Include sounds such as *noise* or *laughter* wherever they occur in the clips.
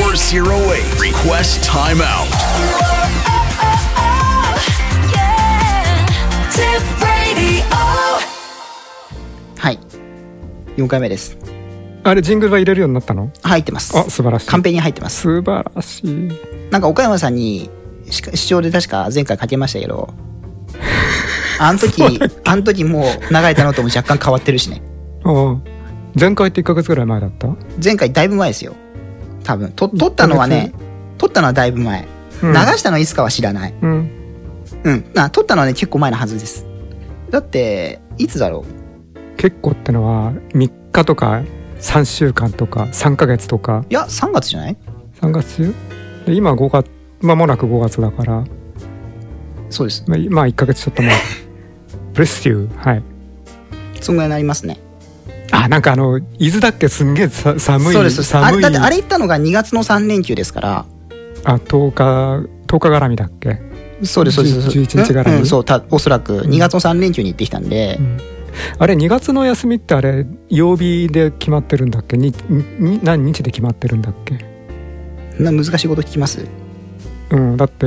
808. Request timeout. Oh, Tip Radio. はい。4回目です。あれジングルは入れるようになったの入ってます。あ素晴らしいカンペに入ってます。素晴らしいなんか岡山さんにしか、視聴で確か前回かけましたけ *laughs* ど、あの時、あの時もう流れたのとも若干変わってるしね。ああ前回って1ヶ月ぐらい前だった前回だいぶ前ですよ。多分。と撮ったのはね、撮ったのはだいぶ前。うん流したのはいつかは知らない。うんうん。あ撮ったのはね、結構前のはずです。だって、いつだろう結構ってのは3日とか3週間とか3ヶ月とかいや、3月じゃない3月で今5月間もなく5月だからそうです。まあまあ1ヶ月ちょっ *laughs* と前ブレスユーはいそんぐらいになりますね。あなんかあの伊豆だっけすんげえさ寒いそうです。そうですあ寒いだってあれ行ったのが2月の3連休ですから、あ10日10日絡みだっけ、そうです、そうです。 11日うん柄にうん、そう、た、おそらく、2月の3連休に行ってきたんでう、んあれ2月の休みってあれ曜日で決まってるんだっけにに何日で決まってるんだっけな難しいこと聞きますうん、だって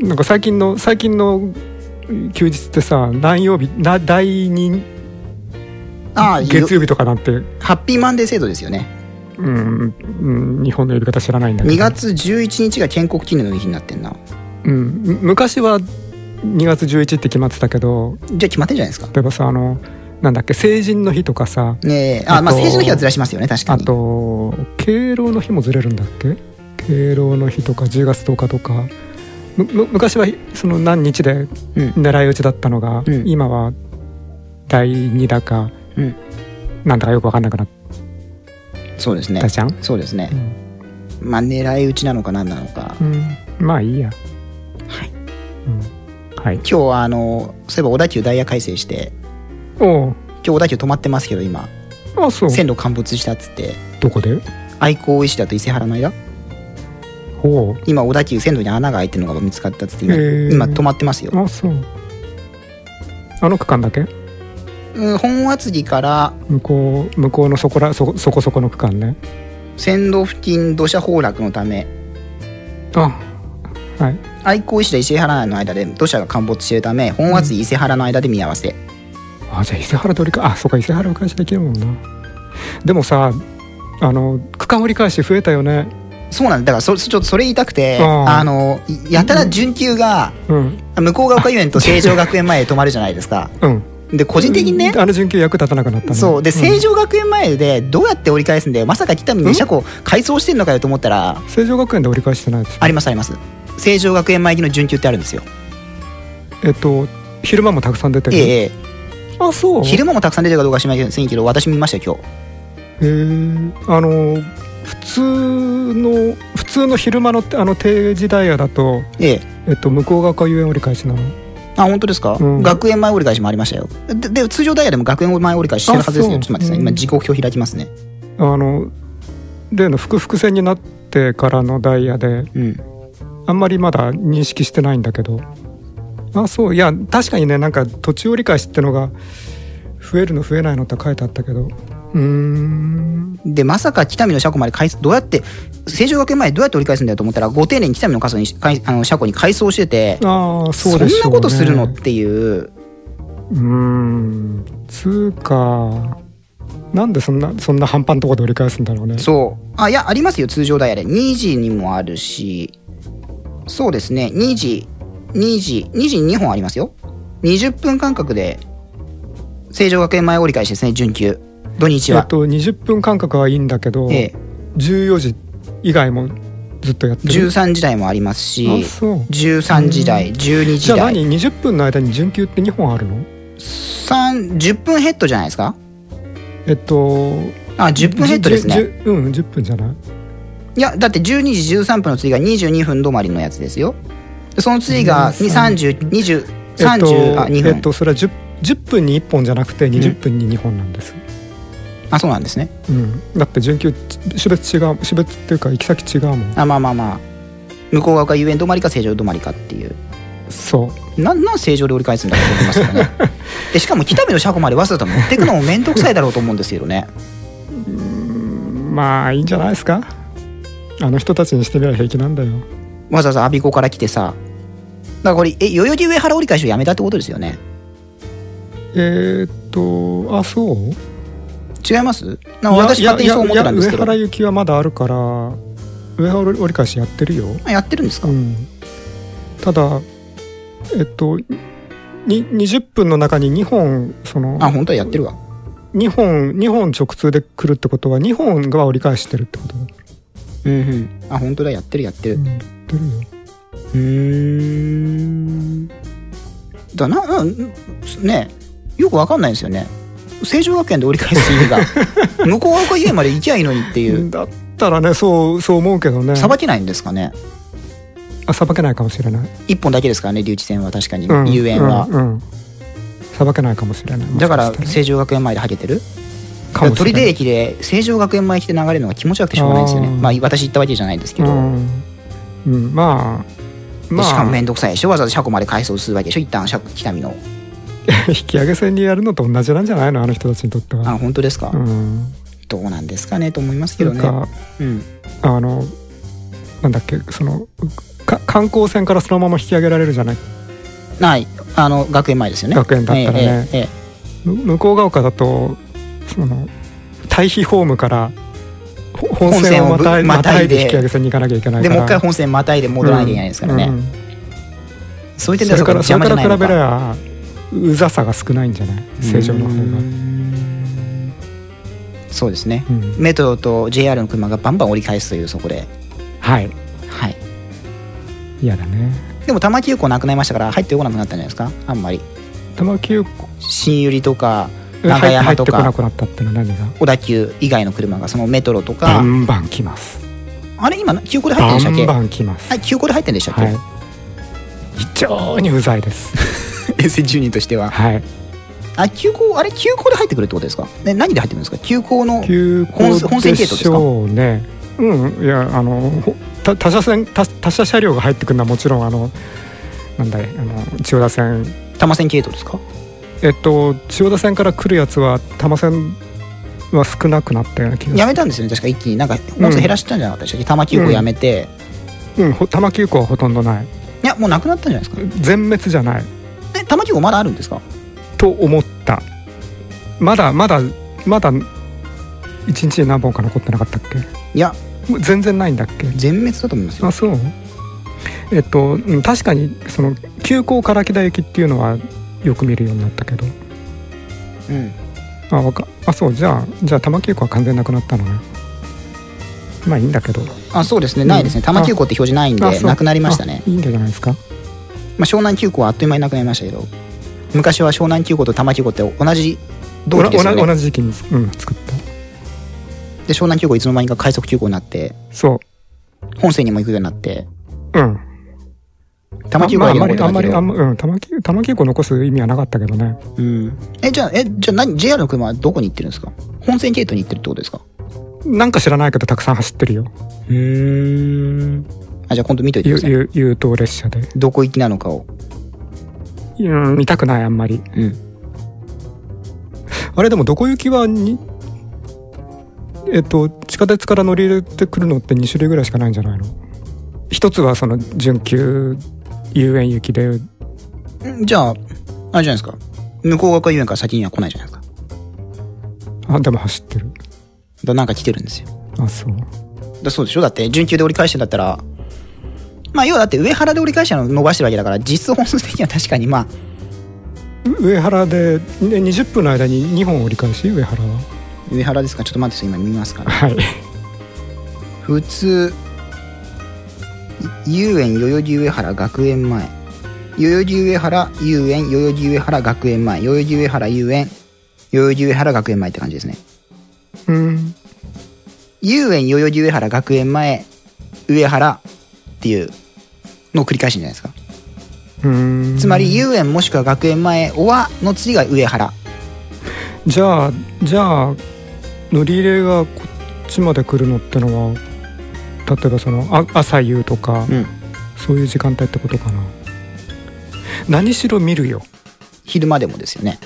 なんか最近の最近の休日ってさ何曜日な第2ああ、月よ曜日とかなんて、うんハッピーマンデー制度ですよね。うん、日本の呼び方知らないんだけど2月11日が建国記念の日になってんな。うん、む昔は2月11って決まってたけどじゃあ決まってんじゃないですか。例えばさあのなんだっけ成人の日とかさねえ、あ、まああと政治の日はずらしますよね、確かあに。と敬老の日もずれるんだっけ敬老の日とか10月10日とかむむ昔はその何日でうん。狙い撃ちだったのが、うん今は第2だかうん。なんだかよく分かんなくなっそうですねた。じゃん、そうですねう。まあ狙い撃ちなのか何なのか。うん、まあいいやはいうん、はい今日はあの、そういえば小田急ダイヤ改正して、おう今日小田急止まってますけど今、あそう線路陥没したっつって、どこで愛工石田と伊勢原の間おう今小田急線路に穴が開いてるのが見つかったっつって今、へー今止まってますよ。あそうあの区間だけうん、本厚木から向こう向こうのそこらそそこそこの区間ね線路付近土砂崩落のためあはい愛好石と石原内の間で土砂が陥没しているため本厚木伊勢原の間で見合わせ、あじゃあ伊勢原通りかあそうか伊勢原を返しできるもんなでもさあの区間折り返し増えたよねそうなんだだからそちょっとそれ言いたくて、うんあのいやたら準急がうん向こうが丘遊園と成城学園前で止まるじゃないですかうんで個人的にね、あの準急役立たなくなったねそうでん成城学園前でどうやって折り返すんだよまさか北見に車庫改装してんのかよと思ったら、成城学園で折り返してないでしょありますあります成城学園前行きの準急ってあるんですよ、えっと昼間もたくさん出てる、ええあそう昼間もたくさん出てるかどうかは知りませんけど私見ましたよ今日へーあの普通の普通の昼間のあの定時ダイヤだと、えええっと、向こう側か遊園折り返しなのあ本当ですか、うん学園前折り返しもありましたよでで通常ダイヤでも学園前折り返ししてるはずですよあちょそっと待ってくだうさい今時刻表開きますねあの例の複々線になってからのダイヤでうんあんまりまだ認識してないんだけどあそういや確かにねなんか途中折り返しってのが増えるの増えないのって書いてあったけどうーんでまさか北見の車庫まで改どうやって成城学園前どうやって折り返すんだよと思ったらご丁寧に北見の傘に改あの車庫に改装しててああそうでしょう、ね、んなことするのっていううーんつうかなんでそんなそんな半端なとこで折り返すんだろうねそうあいやありますよ通常ダイヤで2時にもあるしそうですね2時2時2時に2本ありますよ20分間隔で成城学園前折り返しですね準急土日えは、っと20分間隔はいいんだけど、ええ14時以外もずっとやってる13時台もありますしあそう13時台12じ時ゃあ何台20分の間に準急って2本あるの3 10分ヘッドじゃないですかえっとあ10分ヘッドですじゅねじゅうん10分じゃないいやだって12時13分の次が22分止まりのやつですよでその次が302030、20えっと30あ2分、えっとそれは 10, 10分に1本じゃなくて20分に2本なんです、あそうなんですねうんだって準急種別違う種別っていうか行き先違うもんあまあまあまあ向こう側が遊園止まりか正常止まりかっていうそうなんなん正常で折り返すんだろうと思いますよね *laughs* でしかも北見の車庫までわざと持ってくのも面倒くさいだろうと思うんですけどねまあいいんじゃないですかあの人たちにしてみれば平気なんだよわざわざ我孫子から来てさだからこれえ代々木上原折り返しをやめたってことですよねえー、っとあそう違いますなんか私いや勝手にそう思ってたんですけどいややいや上原行きはまだあるから上原折り返しやってるよ、ってるんですか、うん、ただえっとに20分の中に2本そのあ本当はやってるわ2本2本直通で来るってことは2本が折り返してるってことだ、うんうんあ本当だやってるやってるうん、出るようーんだなうんねよくわかんないんですよね成城学園で折り返す *laughs* 意味が向こうが家まで行きゃいいのにっていうだったらねそうそう思うけどねさばけないんですかねあさばけないかもしれない、一本だけですからね留置線は確かに、うん、遊園は、うんうんさばけないかもしれないだからもしした成城学園前ではけてるかもしれ鳥な出い駅で成城学園前来て流れるのが気持ち悪くてしょうがないんですよねあーまあ私行ったわけじゃないんですけうど、ん、うん、まあでまあしかも面倒くさいでしょわざわざ車庫まで改装するわけでしょ一旦車庫北見の *laughs* 引き上げ線にやるのと同じなんじゃないのあの人たちにとってあは。本当ですか、うん、どうなんですかねと思いますけなどんねかうんあのなんだっけそのか観光船からそのまま引き上げられるじゃないないあの学園前ですよね学園だったらえねええええむ向こうが丘だとその対比ホームからほ本線をまた本線をぶままたたいいでで引き上げ線に行かなきゃいけなえいでからもう一回本線またいで戻らなきゃいけないですからね、うんうんそういう点ではそそれこからそ邪れ魔かじゃらないの比べかりゃうざさが少ないんじゃない正常の方が、うーんそうですね、うんメトロと JR の車がバンバン折り返すというそこではいはい嫌だねでも玉木急行なくなりましたから入ってこなくなったんじゃないですかあんまり玉木入新百合とか長入山ってとこなかくなったってのは何が小田急以外の車がそのメトロとバかンバン来ますあれ今急行で入ってるんバでしたっけンバン来ますはい急行で入ってるんでしたっけ、はい、非常にうざいです。平成住人としてははい、あ急行あれ急行で入ってくるってことですか、ね、何で入ってくるんですか急行の急本線行でしょうね。うん、いや、あの、ほた他社線、他他社車両が入ってくるのはもちろん、あの。なんだい、あの、千代田線、多摩線系統ですかえっと、千代田線から来るやつは、多摩線。は少なくなったような気がやすめたんですよね確か一気になんか本数減らしたんじゃなかったでしたっけ多摩急行やめて、る。うん、ほ多摩急行はほとんどない。いやもうなくなったんじゃないですか全滅じゃない。え多摩急行まだあるんですかと思った。まだ、まだ、まだ。一日に何本か残ってなかったっいやけ。もう全然ないんだっけ。全滅だと思いますよあそうえっとうん確かにその急行から木田駅っていうのはよく見るようになったけどうんあわかあそうじゃあじゃあ多摩急行は完全なくなったのねまあいいんだけどあそうですねないですねう多ん摩急行って表示ないんあでそうなくなりましたねあいいんじゃないですかまあ、湘南急行はあっという間になくなりましたけど昔は湘南急行と多摩急行って同じお同な期ですよ同ねじ時期に、うん、作ったで湘南急行いつの間にか快速急行になってそ本線にも行くようになってううん多摩急行まはああん今まのこりとあだんまけりどあんまりうん多摩急多摩急行残す意味はなかったけどねうんえじゃあえじゃあ何 JR の車はどこに行ってるんですか本線系統に行ってるってことですかなんか知らないけどたくさん走ってるようんあじゃあ今度見といてくゆださいゆ優等列車で、どこ行きなのかをうん、見たくないあんまりうんあれでもどこ行きはにえっと地下鉄から乗り入れてくるのって2種類ぐらいしかないんじゃないの一つはその準急遊園行きでんじゃああれじゃないですか向こう側遊園から先には来ないじゃないですかあでも走ってるだなんか来てるんですよあそうだそうでしょだって準急で折り返してんだったらまあ要はだって上原で折り返したのを伸ばしてるわけだから実質本数的には確かにまあう上原で、ね、20分の間に2本折り返し上原は上原ですかちょっと待ってください今見ますからはい普通い遊園代々木上原学園前代々木上原遊園代々木上原学園前代々木上原遊園代々木上原学園前って感じですねうん遊園代々木上原学園前上原っていうのを繰り返しんじゃないですかうんつまり遊園もしくは学園前おわの次が上原じゃあじゃあ乗り入れがこっちまで来るのってのは例えばそのあ朝夕とか、うんそういう時間帯ってことかな何しろ見るよ昼間でもですよね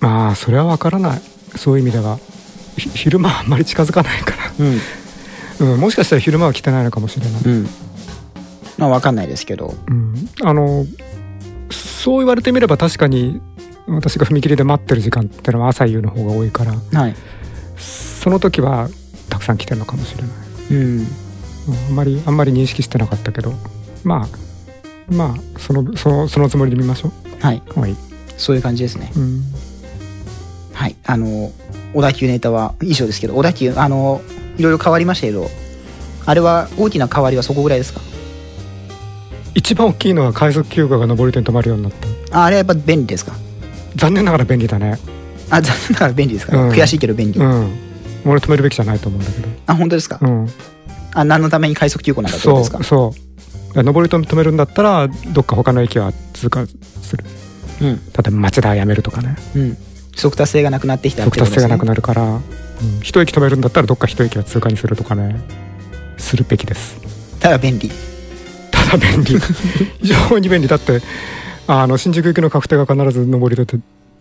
まあそれは分からないそういう意味ではひ昼間あんまり近づかないから、 *laughs* うんうん、もしかしたら昼間は来てないのかもしれない、うん。まあ、わかんないですけど。うん、あのそう言われてみれば確かに私が踏切で待ってる時間ってのは朝夕の方が多いからはい。その時はたくさん来てるのかもしれないうん。うんあんまりあんまり認識してなかったけどまあまあそのそのそのつもりで見ましょはい。うはい、そういう感じですね。うん、はい。あの、小田急ネタは以上ですけど、小田急、あの、いろいろ変わりましたけど、あれは大きな変わりはそこぐらいですか一番大きいのは快速休暇が上り点に止まるようになったああれはやっぱ便利ですか残念ながら便利だねあ、残念ながら便利ですか、うん悔しいけど便利。うん俺止めるべきじゃないと思うんだけどあ、本当ですか、うんあ、何のために快速急行なんだってことそですかうそう上りと止めるんだったらどっか他の駅は通過するう例えば町田はやめるとかねん。うん。速達性がなくなってきたって速こと達です性ね。がなくなるから、うん一駅止めるんだったらどっか一駅は通過にするとかねするべきですただ便利。ただ *laughs* 便利非常に便利だってあの新宿行きの確定が必ず上りで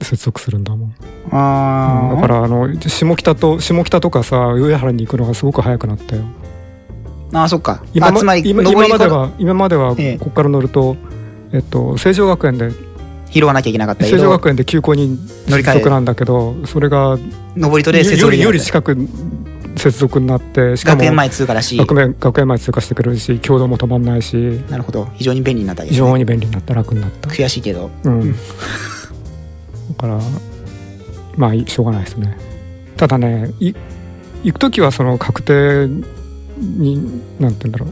接続するんだもん、あうんだからあの下北と下北とかさ上原に行くのがすごく早くなったよああ、そっか。今あまつまり、今上今りまかでらは今まではこええこから乗ると、えっと、成城学園で拾わなきゃいけなかったけ成城ど、学園で急行に乗り換え接続なんだけどそれが上りとで接よ続でりきなよかりった近く接続になってしかも学園前通過だし、学園学園前通過してくれるし共同も止まんないしなるほど。非常に便利になったわけ非ですね常に便利になった楽になった悔しいけど。うん、だからまあいしょうがないですねただねい行く時はその確定になんて言うんだろう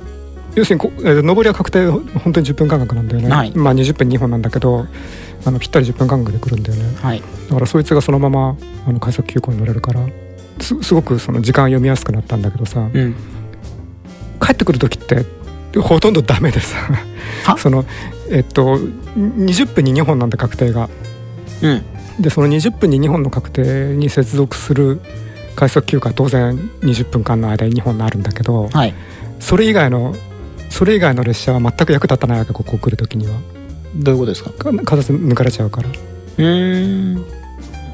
要するにこえー上りは確定ほ本当に10分間隔なんだよね、はいまあ20分2本なんだけどあのぴったり10分間隔で来るんだよねはい。だからそいつがそのままあの快速急行に乗れるからすすごくその時間読みやすくなったんだけどさ、うん。帰ってくる時ってほとんどダメでさは *laughs* そのえっと20分に2本なんだ確定がうん。でその20分に2本の確定に接続する快速休暇は当然20分間の間に2本あるんだけどはい。それ以外のそれ以外の列車は全く役立たないわけここ来る時にはどういうことですかか片手抜かれちゃうからうーん。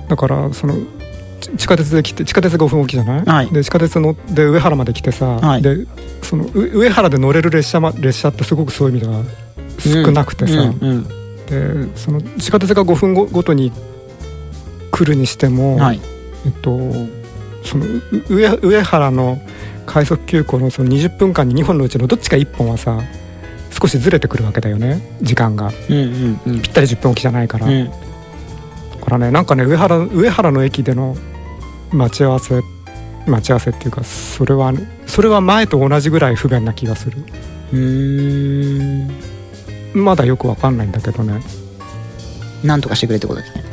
だからそのち地下鉄で来て地下鉄5分おきじゃない、はいで地下鉄ので上原まで来てさ、はいでそのう上原で乗れる列車,、ま、列車ってすごくそういう意味では少なくてさ、うんうんでその地下鉄が5分ごごとに来るにしてうも、んはい。えっと、そのう上上原の快速急行のその20分間に2本のうちのどっちか1本はさ少しずれてくるわけだよね時間がうんうんうん。ぴったり10分おきじゃないから、うだん。からねなんかね上原上原の駅での待ち合わせ待ち合わせっていうかそれはそれは前と同じぐらい不便な気がするうーん。まだよくわかんないんだけどねなんとかしてくれってことですね。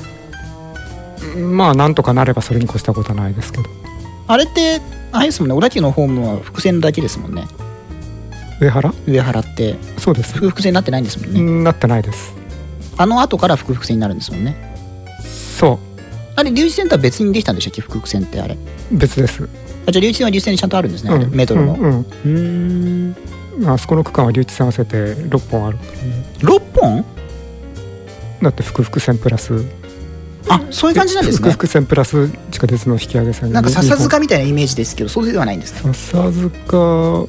まあなんとかなればそれに越したことはないですけどあれって、あれですもんね。小田急のホームは伏線だけですもんね。上原上原って。そうです伏伏線になってないんですもんね。なってないですあの後から伏伏線になるんですもんね。そあれ、留置線とは別にできたんでしたっけ伏伏線ってあれ。う別です、あじゃあ留置線は留置線にちゃんとあるんですね。あうれん、メトロの。うんうんうーん。あそこの区間は留置線合わせて6本ある6本だって福々線プラスあ、そういう感じなんですね福。々線プラス地下鉄の引き上げ線なんか笹日塚みたいなイメージですけど、そうではないんですか本笹塚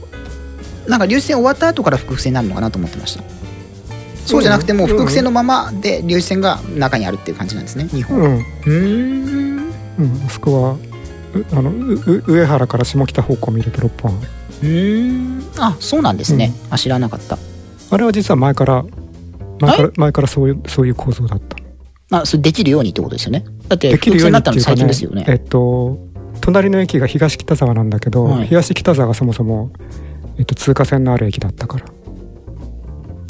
なんか流線終わった後から伏線になるのかなと思ってましたそうじゃなくてもう伏線のままで流線が中にあるっていう感じなんですね日う本ん、うんうん、あそこはうあのうう上原から下北方向見ると6本あるうんあそうなんですね、あ知らなかったあれは実は前から前かはら前からそういうそういう構造だったあそれできるようにってことですよねだってでき伏線にるようになっったてのいうか最近ねですよねえっと隣の駅が東北沢なんだけど、はい東北沢がそもそも、えっと、通過線のある駅だったから、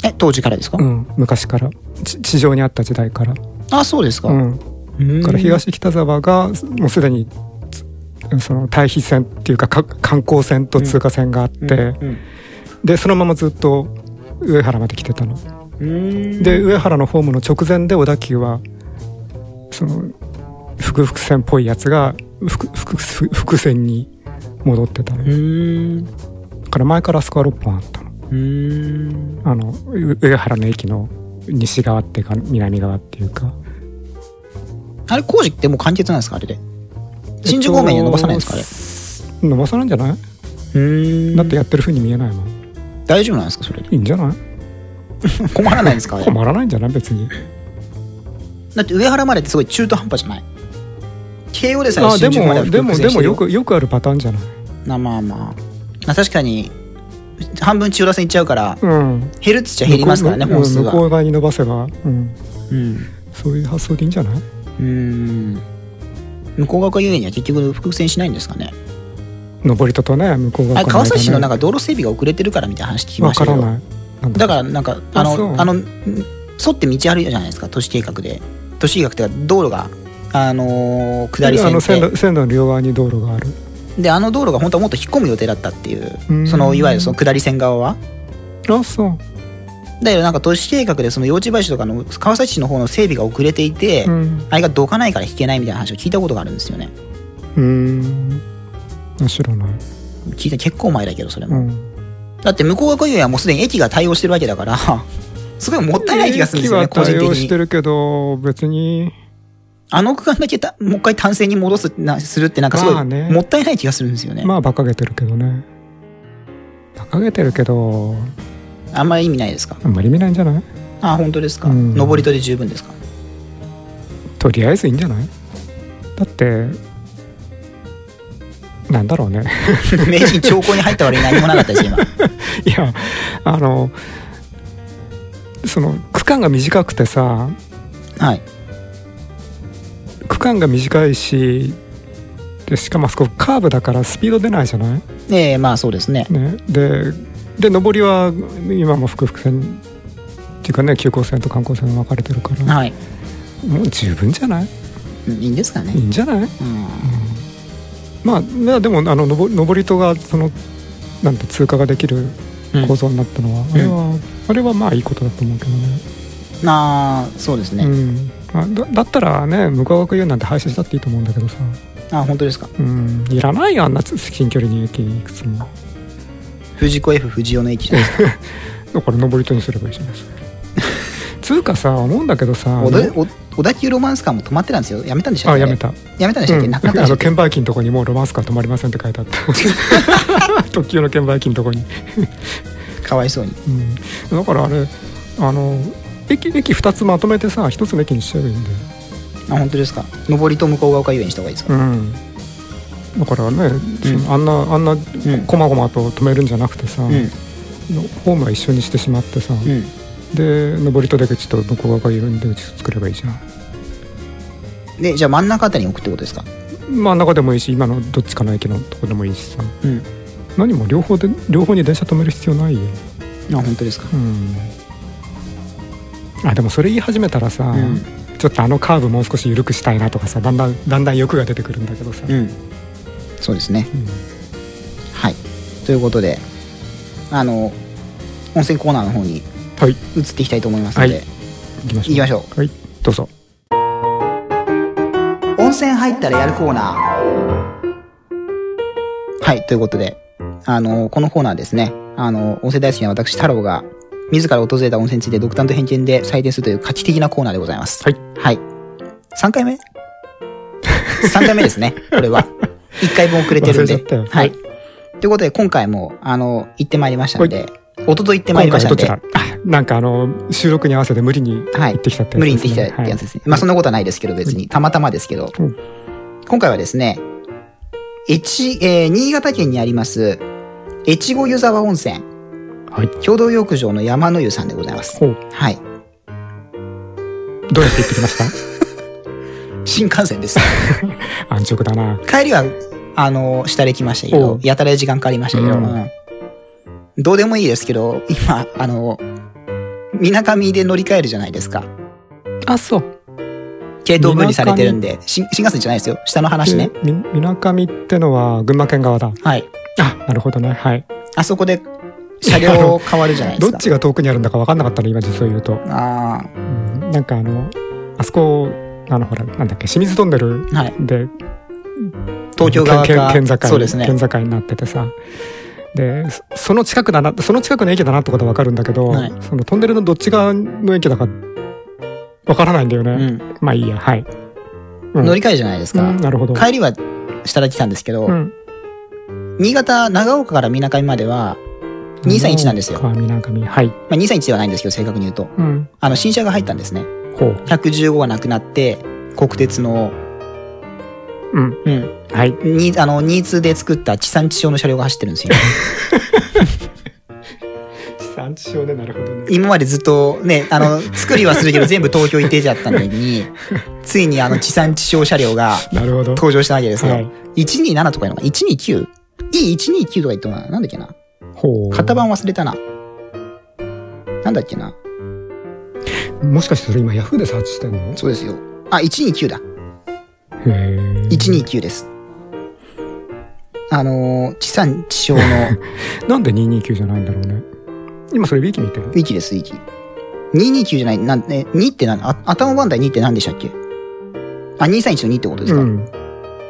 え当時からですか、うん、昔からち地上にあった時代から、あそうですか、うん、うんだから東北沢がもうすでにつその対比線っていうかか観光線と通過線があって、うんでそのままずっと上原まで来てたの。うんで上原のホームの直前で小田急はその福々線っぽいやつが福福福福線に戻ってたの。うだんから前からあそこは6本あったの。うんあのう上原の駅の西側っていうか南側っていうか。あれ工事ってもう完結なんですかあれで新宿方面には伸ばさないんですかあれ伸ばさないんじゃないうーんだってやってる風に見えないもん大丈夫なんですかそれでいいんじゃない *laughs* 困らないんですか *laughs* 困らないんじゃない別にだって上原までってすごい中途半端じゃない慶応でさえあで新宿までもはでも伏線でしてもるよくよくあるパターンじゃないなまあまああ確かに半分千代田線行っちゃうからうん減るっつっちゃ減りますからね向こう本数うん向こはう側に伸ばせば、うん、うんそういう発想でいいんじゃないうん向こう側がゆえには結局伏線しないんですかね上り戸とね向こうあ側れか川らね崎市のなんか道路整備が遅れてるからみたいな話聞きまわしたかけらどないなんだだからなんかああそうのあのん沿って道あるじゃないですか都市計画で都市計画っていうか道路があのー下りあの線線で路線路の両側に道路があるであの道路が本当はもっと引っ込む予定だったっていううーんそのいわゆるその下り線側はあそうだけどなんか都市計画でその用地林とかの川崎市の方の整備が遅れていて、うんあれがどかないから引けないみたいな話を聞いたことがあるんですよねうーんあ知らない聞いた結構前だけどそれうも、んだって向こう側はもうすでに駅が対応してるわけだから *laughs* すごいもったいない気がするんですよね駅個は人対的応してにるけど別にあの区間だけたもう一回単線に戻すなするってなんかすごいまあねもったいない気がするんですよね、まあ馬鹿げてるけどね馬鹿げてるけどあ、んまり意味ないですかあんまり見ないんじゃないあ本当ですか、うん上りとで十分ですか *laughs* とりあえずいいんじゃないだってなんだろうね *laughs* 名人兆候に入った割に何もなかったです今いやあのその区間が短くてさはい区間が短いしでしかもあそこカーブだからスピード出ないじゃない、ええまあそうですねね、でで上りは今も複々線っていうかね急行線と観光線が分かれてるから、はいもう十分じゃないうんいいんですかねいいんじゃないうんまあねでもあの上上り戸がそのなんて通過ができるうん構造になったのは、あれはあれはまあいいことだと思うけどねあーそうですね、うんあだだったらね向川学園なんて廃止したっていいと思うんだけどさ、あ本当ですかうん、いらないよあんな近距離に駅いくつも藤子 F 藤尾の駅じゃないですかだから上り戸にすればいいじゃないです *laughs* かつうかさ思うんだけどさ小田お小田急ロマンスカーも止まってたんですよやめたんでしたっあけやめたやめたんでしたっけ、うんなくなったんであしたのっけ券売機のとこにもうロマンスカー止まりませんって書いてあった *laughs* *laughs* 特急の券売機のとこに、かわいそうにうん、だからあれあの駅駅2つまとめてさ1つの駅にしちゃえばいいんだよ、あ本当ですか上りと向こう側かゆえにした方がいいですか、うん、だからね、そのあんなあんなこまごまと止めるんじゃなくてさ、うんうんホームは一緒にしてしまってさ、で上りとだけちょっと向こう側がいるんでうち作ればいいじゃんでじゃあ真ん中あたりに置くってことですか真ん中でもいいし今のどっちかの駅のとこでもいいしさうん何も両方で両方に電車止める必要ないよあ本当ですかうんあでもそれ言い始めたらさ、んちょっとあのカーブもう少し緩くしたいなとかさだんだんだんだん欲が出てくるんだけどさ、うんそうですねうんはいということであの温泉コーナーの方にはい移っていきたいと思いますので、はい行きましょ行うきましょはいどうぞ温泉入ったらやるコーナーはいということであのこのコーナーですねあの温泉大好きな私太郎が自ら訪れた温泉について独断と偏見で採点するという画期的なコーナーでございますはいはい3回目 ?3 回目です *laughs* ねこれは1回分遅れてるんで忘れちゃったよははいということで今回もあの行ってまいりましたので一昨日行ってまい今りまし回はたのでどちらあなんかあの収録に合わせて無理にはい行ってきたってやつ無理にでできすたね、ってやつですすね。まあそんなことはないですけど、別に。たまたまですけど。うん今回はですね、越、えー新潟県にあります、越後湯沢温泉、はい、共同浴場の山の湯さんでございます。ほうはい。どうやって行ってきまし新幹線 *laughs* です。た *laughs* 安直だな帰りは、あの、下で来ましたけどお、やたら時間かかりましたけど、うんうんどうでもいいですけど、今、あの、みなかみで乗り換えるじゃないですか。あそう系統分離されてるんで、新新幹線じゃないですよ。下の話ね。みみなかみってのは群馬県側だはい。あなるほどねはいあそこで車両変わるじゃないですどか。っちが遠くにあるんだか分かんなかったの今実を言うと、あうんなんかあのあそこあのほらなんだっけ清水トンネルあ、はい。で東京側県か。県県境そうですね。県境になっててさでそその近くだなその近くの駅だなってことは分かるんだけど、はいそのトンネルのどっち側の駅だか分からないんだよね、うん。まあいいやはい、うん乗り換えじゃないですか。うんなるほど帰りは下だ来たんですけど、うん新潟、長岡から水上までは、231なんですよ。ま川上中身はい。あ、231ではないんですけど、正確に言うと。うん。あの、新車が入ったんですね。ほう。 115がなくなって、国鉄の、うん。うん、はい。に、あの、22で作った地産地消の車両が走ってるん *laughs* ですよ。地産地消でなるほどね。今までずっとね、あの、作りはするけど全部東京行ってじゃったのに、 *laughs* ついにあの地産地消車両がなるほど。登場したわけですよ。はい127とかいうのか ?129?E129 とか言ってもな、なんだっけなほう。型番忘れたな。なんだっけなもしかしてそれ今ヤフーでサーチしてんのへそうですよ。あ、129だ。え。 129です。あのー地産地消のなんで229じゃないんだろうね。今それウィキ見て。ウィキです、ウィキ。229じゃない、なんで、2ってなんあ、頭番台2って何でしたっけあ、231の2ってことですか、うん。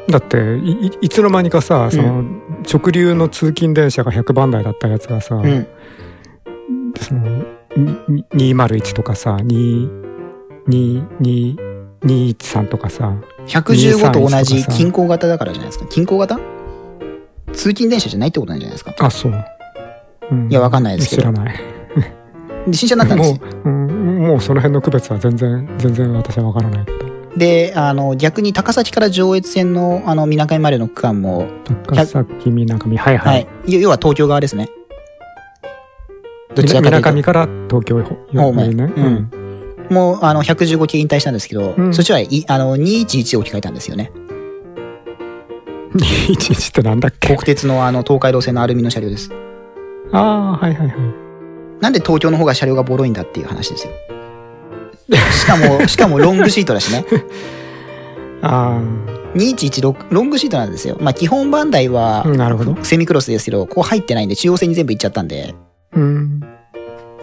だっていいいつの間にかさその、直流の通勤電車が100番台だったやつがさ、うん。そのにに201とかさ223とかさ115と同じ231均衡型だからじゃないですか。均衡型通勤電車じゃないってことなんじゃないですか。あそう、うんいやわかんないですけど知らないで、新車になったんですもよ。う、うん、もうその辺の区別は全然全然私はわからないけどで、あの、逆に高崎から上越線の、あの、みなかみまでの区間も、高崎みなかみはいははいい。要要は東京側ですね。どちらみかなかといみうから東京方方面面ね、うんと。もう、あの、115系引退したんですけど、うんそっちはい、あの、211を置き換えたんですよ *laughs* ね。 211ってなんだっけ国鉄のあの、東海道線のアルミの車両です。ああはいはいはいなんで東京の方が車両がボロいんだっていう話ですよ。しか *laughs* も、しかもロングシートだしね。あ2116ロングシートなんですよ。まあ基本番台はあ、なるほど。セミクロスですけど、ここ入ってないんで中央線に全部行っちゃったんで、うん。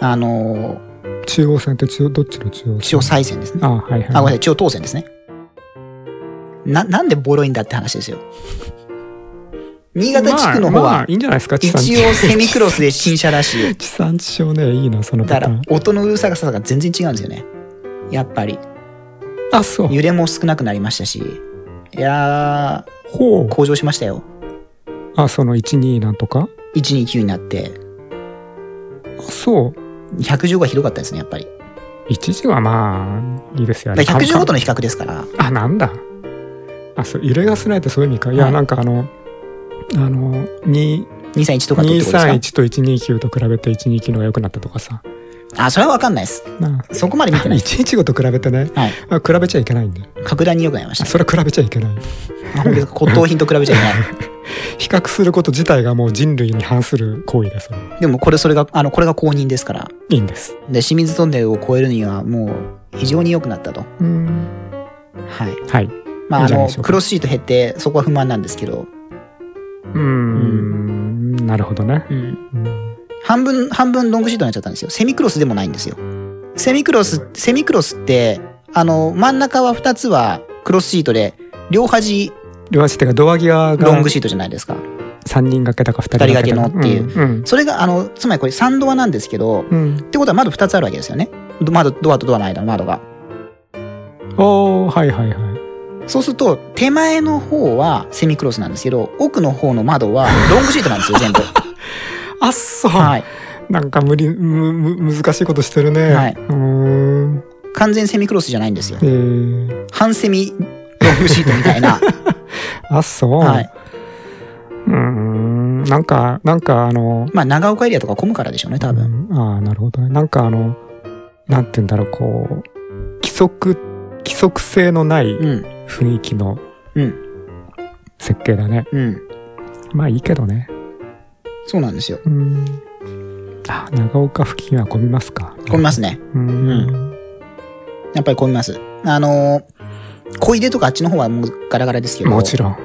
あのー中央線って中央、どっちの中央線中央再線ですね。ああはいはい。あ、ごめんなさい、中央当線ですね。な、なんでボロいんだって話ですよ。新潟地区の方まあまあはいいんじゃないですか、地一産地応セミクロスで新車らしい。地産地消ね、いいな、そのだパかターらン。音のうるさがさが全然違うんですよね。やっぱり。あ、そう。揺れも少なくなりましたし。いやほうー、。向上しましたよ。あ、その12なんとか129になって。あ、そう。 115がひどかったですね、やっぱり。 11はまあ、いいですよね。だから115とのの比較ですから。あ、なんだ。あ、そう、揺れが少ないってそういう意味か。いはや、いなんかあの、あの、2、 231とかってことですか231と129と比べて129のが良くなったとかさ。あ、それはわかんないです。なそこまで見てないです。 115と比べてね、はい。あ比べちゃいけないんだよ。格段に良くなりましあた。それは比べちゃいけない。あ本当ですか骨董品と比べちゃいけない。比較すること自体がもう人類に反する行為です。でもこれ、それが、あの、これが公認ですから。いいんです。で、清水トンネルを越えるには、もう、非常に良くなったと。うん。はい。はい。まあ、いいんあじゃないのでしょ、うかクロスシート減って、そこは不満なんですけど、うん。なるほどね。うん。うん半分、半分ロングシートになっちゃったんですよ。セミクロスでもないんですよ。セミクロス、セミクロスって、あの、真ん中は2つはクロスシートで、両端両足っていうか、ドア際ロンがグシートじゃないですか。 3人掛けだか2人掛けだか。二人掛けのっうん。それが、あの、つまりこれ3ドアなんですけど、っうん。うんてことは窓2つあるわけですよね。ど窓、ドアとドアの間の窓が。おー、はいはいはい。そうすると、手前の方はセミクロスなんですけど、奥の方の窓はロングシートなんですよ、 *laughs* 全部。あっそう。はい。なんか無理、む、む、難しいことしてるね。はいうーん。完全セミクロスじゃないんですよえ。ー、半セミロングシートみたいな。あっ *laughs* そう。はい。うーん。なんか、なんかあの、まあ、長岡エリアとか混むからでしょうね、多分。うんああ、なるほどね。なんかあの、なんて言うんだろう、こう、規則、規則性のないうん。雰囲気のうん。設計だね。うん。まあいいけどね。そうなんですよ。うん。あ、長岡付近は混みますか。混みますね。うん。やっぱり混みます。あのー小出とかあっちの方はもうガラガラですけど。もちろん。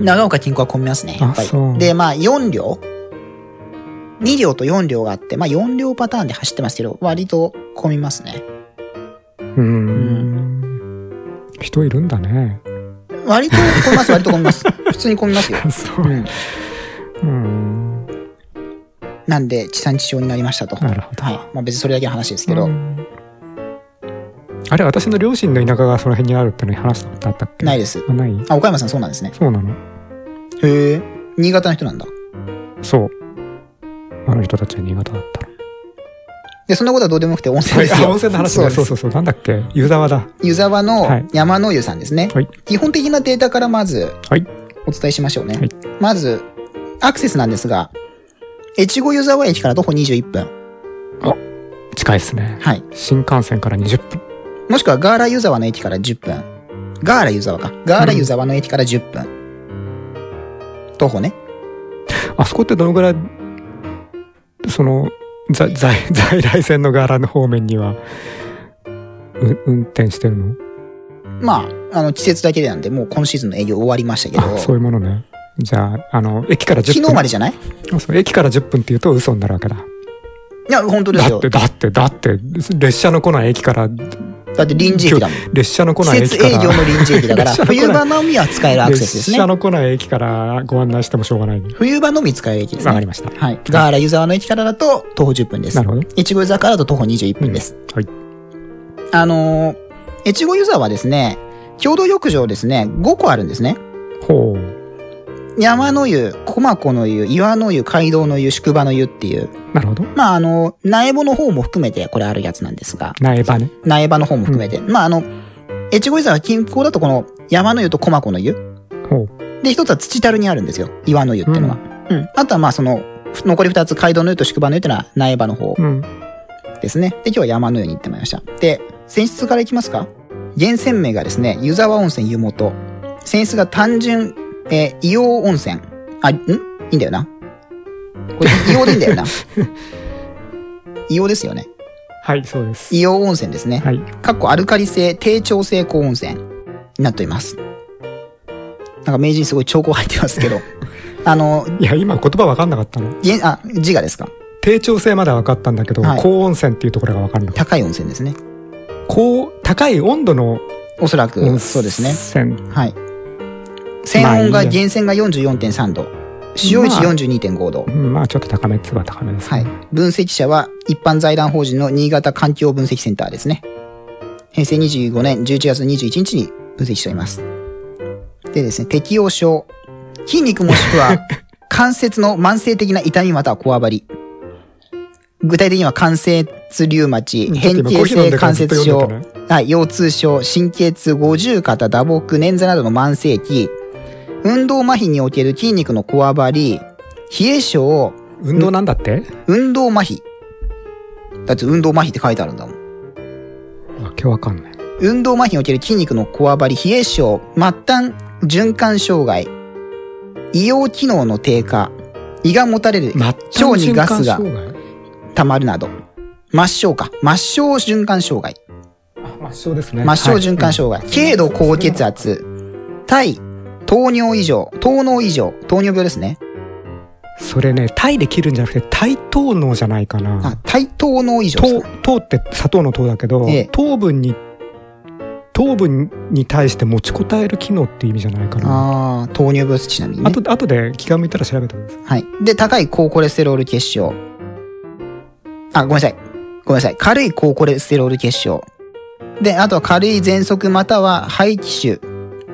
長岡近郊は混みますね、やっぱあそうり。で、まあ、4両 ?2 両と4両があって、まあ、4両パターンで走ってますけど、割と混みますね。うん。人いるんだね。割と混みます、割と混み *laughs* ます。普通に混みますよ。そううん。うん。なんで、地産地消になりましたと。なるほどはい。まあ、別にそれだけの話ですけど。うんあれ、私の両親の田舎がその辺にあるってのに話したことあったっけないです。あ、ないあ、岡山さんそうなんですね。そうなのへえ。新潟の人なんだ。そう。あの人たちは新潟だったの。で、そんなことはどうでもよくて温泉ですあよ。温泉の話だ。そそうですうそうそう。なんだっけ湯沢だ。湯沢のはい山の湯さんですね。はい。基本的なデータからまずはい。お伝えしましょうね。はいまず、アクセスなんですが、越後湯沢駅から徒歩21分。近いですね。はい。新幹線から20分。もしくはガーラ湯沢の駅から10分。ガーラ湯沢か。ガーラ湯沢の駅から10分。徒歩ね。あそこってどのぐらい、その、在、在、 *laughs* 在来線の柄の方面には、う運転してるのまあ、あの、季節だけなんで、もう今シーズンの営業終わりましたけあ、そうど、いうものね。じゃあ、あの、駅から10分。昨日までじゃないあそう駅から10分って言うと嘘になるわけだ。いや、本当ですだっよ。て、だって、だって、列車の来ない駅から、だって臨時駅だもん。列車の来ない季駅節から。営業の臨時駅だから、 *laughs* 列車の来ない冬場のみは使えるアクセスです列ね車。の来ない駅からご案内してもしょうがない。冬場のみ使える駅ですね。わかりましたはい。ガーラ湯沢の駅からだと徒歩10分です。なるほど。越後湯沢からだと徒歩21分です。はい。あのー、越後湯沢はですね、共同浴場ですね、5個あるんですね。ほう。山の湯、駒子の湯、岩の湯、街道の湯、宿場の湯っていう。なるほど。まあ、あの、苗場の方も含めてこれあるやつなんですが、苗場ね。苗場の方も含めて。まあ、あの、越後湯沢近郊だとこの山の湯と駒子の湯。ほう。で、一つは土樽にあるんですよ。岩の湯っていうのは。うん。あとはまあその、ふ残り二つ、街道の湯と宿場の湯っていうのは苗場の方うん。ですね。で、今日は山の湯に行ってまいりました。で、泉質からいきますか源泉名がですね、湯沢温泉湯元。泉質が単純、えー硫黄温泉。あ、んいいんだよな。これ、硫黄でいいんだよ *laughs* な。硫黄ですよね。はい、そうです。硫黄温泉ですね。はい。かっこアルカリ性低調性高温泉になっております。なんか名人すごい兆候入ってますけ *laughs* ど。あの、いや、今言葉分かんなかったの。げんあ、自我ですか低調性までは分かったんだけど、はい高温泉っていうところが分かんなかった。高い温泉ですね。高、高い温度のおそらく、温泉。そうですね。ね。はい。泉温まあが、いいや源泉が44.3度。使用率42.5度。うん、まあちょっと高めっつは高めです、はね。い。分析者は、一般財団法人の新潟環境分析センターですね。平成25年11月21日に分析しております。でですね、適応症。筋肉もしく *laughs* は、関節の慢性的な痛みまたはこわばり。具体的には関節リウマチ、うん変形性関節ちょ症、っと今コーヒー飲んでからずはい、腰痛症、神経痛、五十肩、打撲、捻挫などの慢性期、運動麻痺における筋肉のこわばり、冷え症、運動なんだって、運動麻痺。だって運動麻痺って書いてあるんだもん。わけわかんない。運動麻痺における筋肉のこわばり、冷え症、末端循環障害、胃用機能の低下、胃がもたれる、末端腸にガスが循環障溜まるなど、末梢か、末梢循環障害、害あ末梢ですね。末梢循環障害、は軽い度高血。圧、体、糖尿異常、糖脳異常、糖尿病ですね。それね、タイで切るんじゃなくて、タイ糖能じゃないかあな。、体糖脳異常です糖か、糖って砂糖の糖だけど、ええ糖分に、糖分に対して持ちこたえる機能って意味じゃないかな。ああ、糖尿病です、ちなみに、ね。あと、あとで気が向いたら調べてください。はい。で、高い高コレステロール血症。あ、ごめんなさい。ごめんなさい。軽い高コレステロール血症。で、あとは軽い喘息または肺気腫、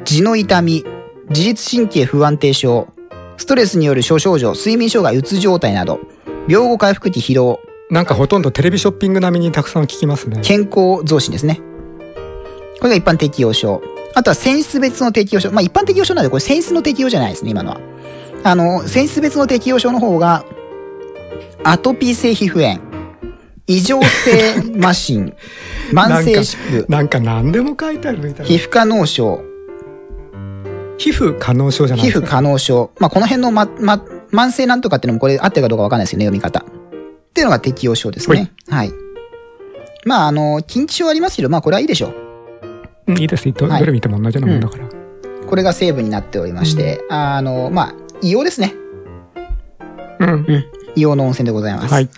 痔の痛み、自律神経不安定症、ストレスによる諸症状、睡眠障害、うつ状態など、病後回復期疲労、なんかほとんどテレビショッピング並みにたくさん聞きますね。健康増進ですね。これが一般適用症。あとは選出別の適用症。まあ一般適用症なんでこれ選出の適用じゃないですね、今のは。あの、選出別の適用症の方が、アトピー性皮膚炎、異常性麻 *laughs* 疹、慢性疾風、なんか何でも書いてあるみたい皮な。膚科脳症、皮膚可能症じゃない皮です膚か。可能症。まあこの辺のま、ま、慢性なんとかっていうのもこれ合ってるかどうかわかんないですよね、読み方。っていうのが適用症ですね。はい。まああの、緊張症ありますけど、まあこれはいいでしょう。うんいいです。どはいどれ見ても同じようなもんだから。これが成分になっておりまして、あの、まあ、硫黄ですね。うん。硫黄の温泉でございます。はい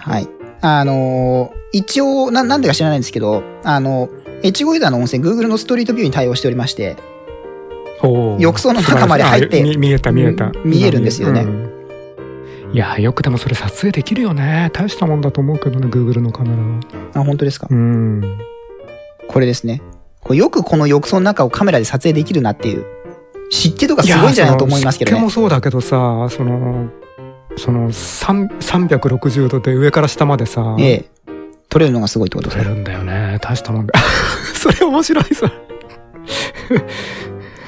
あの、一応、な、なんでか知らないんですけど、あの、越後湯沢の温泉、Google のストリートビューに対応しておりまして、ほう浴槽の中まで入ってあみ見えた見えた。み見えるんですよねうんいや、よくでもそれ撮影できるよね。大したもんだと思うけどね、Google のカメラは。あ、本当ですかう。ん。これですね。これよくこの浴槽の中をカメラで撮影できるなっていう、湿気とかすごいんじゃないかと思いますけどやその湿気ねも。そうだけどさ、その、その3 360度で上から下までさ、ええ。取れるのがすごいってことです取ね。れるんだよね大したもんだ *laughs* それ面白いさ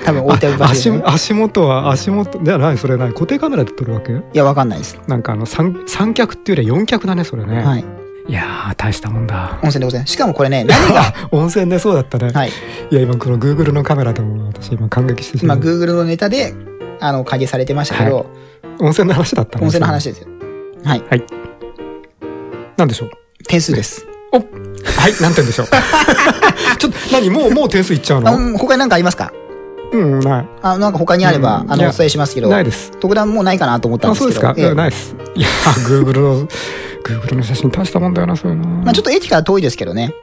多分置いてある場所足で、ね。足元は足元じゃないそれない固定カメラで撮るわけいや、わかんないです。なんかあの三三脚っていうよりは四脚だねそれね、はい。いやー大したもんだ温泉でございます。しかもこれね、何が、温泉ねそうだったね、、はいい。や今この Google のカメラでも私今感激してし今、まう Google のネタで、あの、影されてましたけど、温泉の話だったね温泉の話ですよ。はい。なんでしょう点数です。おはいなんて言うんでし *laughs* ょうちょっと何もうもう点数いっちゃうあのうん他に何かありますかうんないあ、なんか他にあれば、うんあいの、やお伝えしますけど、ないです特段もうないかなと思ったんあでそうすけですど、か、ええないですいや Google の Google の写真大したもんだよなそういうのまあちょっと駅から遠いですけどね。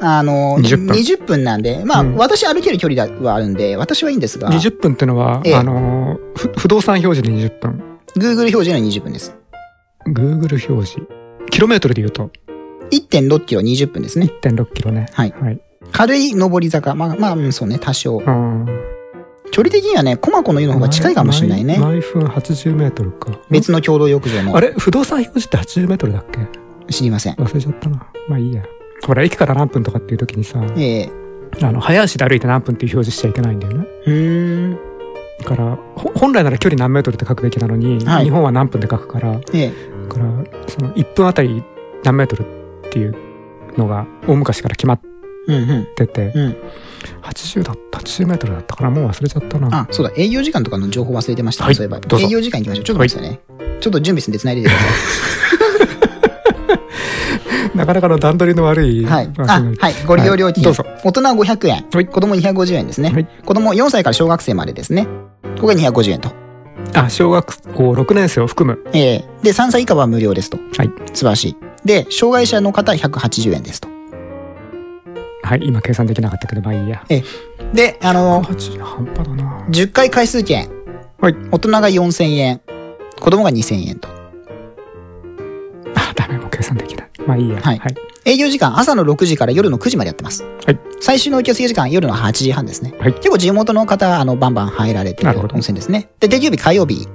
あの、 20分20分なんで、まあ、うん私歩ける距離だはあるんで、私はいいんですが、 20分ってのは、ええあのーふ不動産表示で20分 Google 表示の20分です。 Google 表示キロメートルで言うと1.6キロ20分ですね。 1.6キロねはいはい軽い上り坂。まあ、まあ、うんそうね、多少。うん距離的にはね、コマコの湯の方が近いかもしれないね。毎毎分80メートルか別の共同浴場もあれ不動産表示って80メートルだっけ知りません。忘れちゃったなまあいいやほら駅から何分とかっていう時にさええあの早足で歩いて何分っていう表示しちゃいけないんだよねうーん。だからほ本来なら距離何メートルって書くべきなのに、はい日本は何分で書くからええだからその1分あたり何メートルっていうのが大昔から決まっうんうん。てて、うん80だった80メートルだったからもう忘れちゃったなあ、そうだ、営業時間とかの情報忘れてましたね、はいそういえば。どうぞ営業時間行きましょう。ちょっと待ってくださいね。ちょっと準備するんで繋いでてくださなかなかの段取りの悪いい。はい。あ、話になるはい。ご利用料金。どうぞ大人500円。はい子供250円ですね。はい子供4歳から小学生までですね。これが250円と。あ小学校6年生を含むええで、3歳以下は無料ですと。はい、素晴らしい。で、障害者の方180円ですと。はい、今計算できなかったけどまあいいやええで、あの、 80半端だな10回回数券。はい大人が4000円。子供が2000円と。あダメもう計算できないまあいいやはいはい営業時間朝の6時から夜の9時までやってます。はい最終の受付時間夜の8時半ですね。はい結構地元の方、あの、バンバン入られてなるるほど温泉ですね。で、定休日火曜日。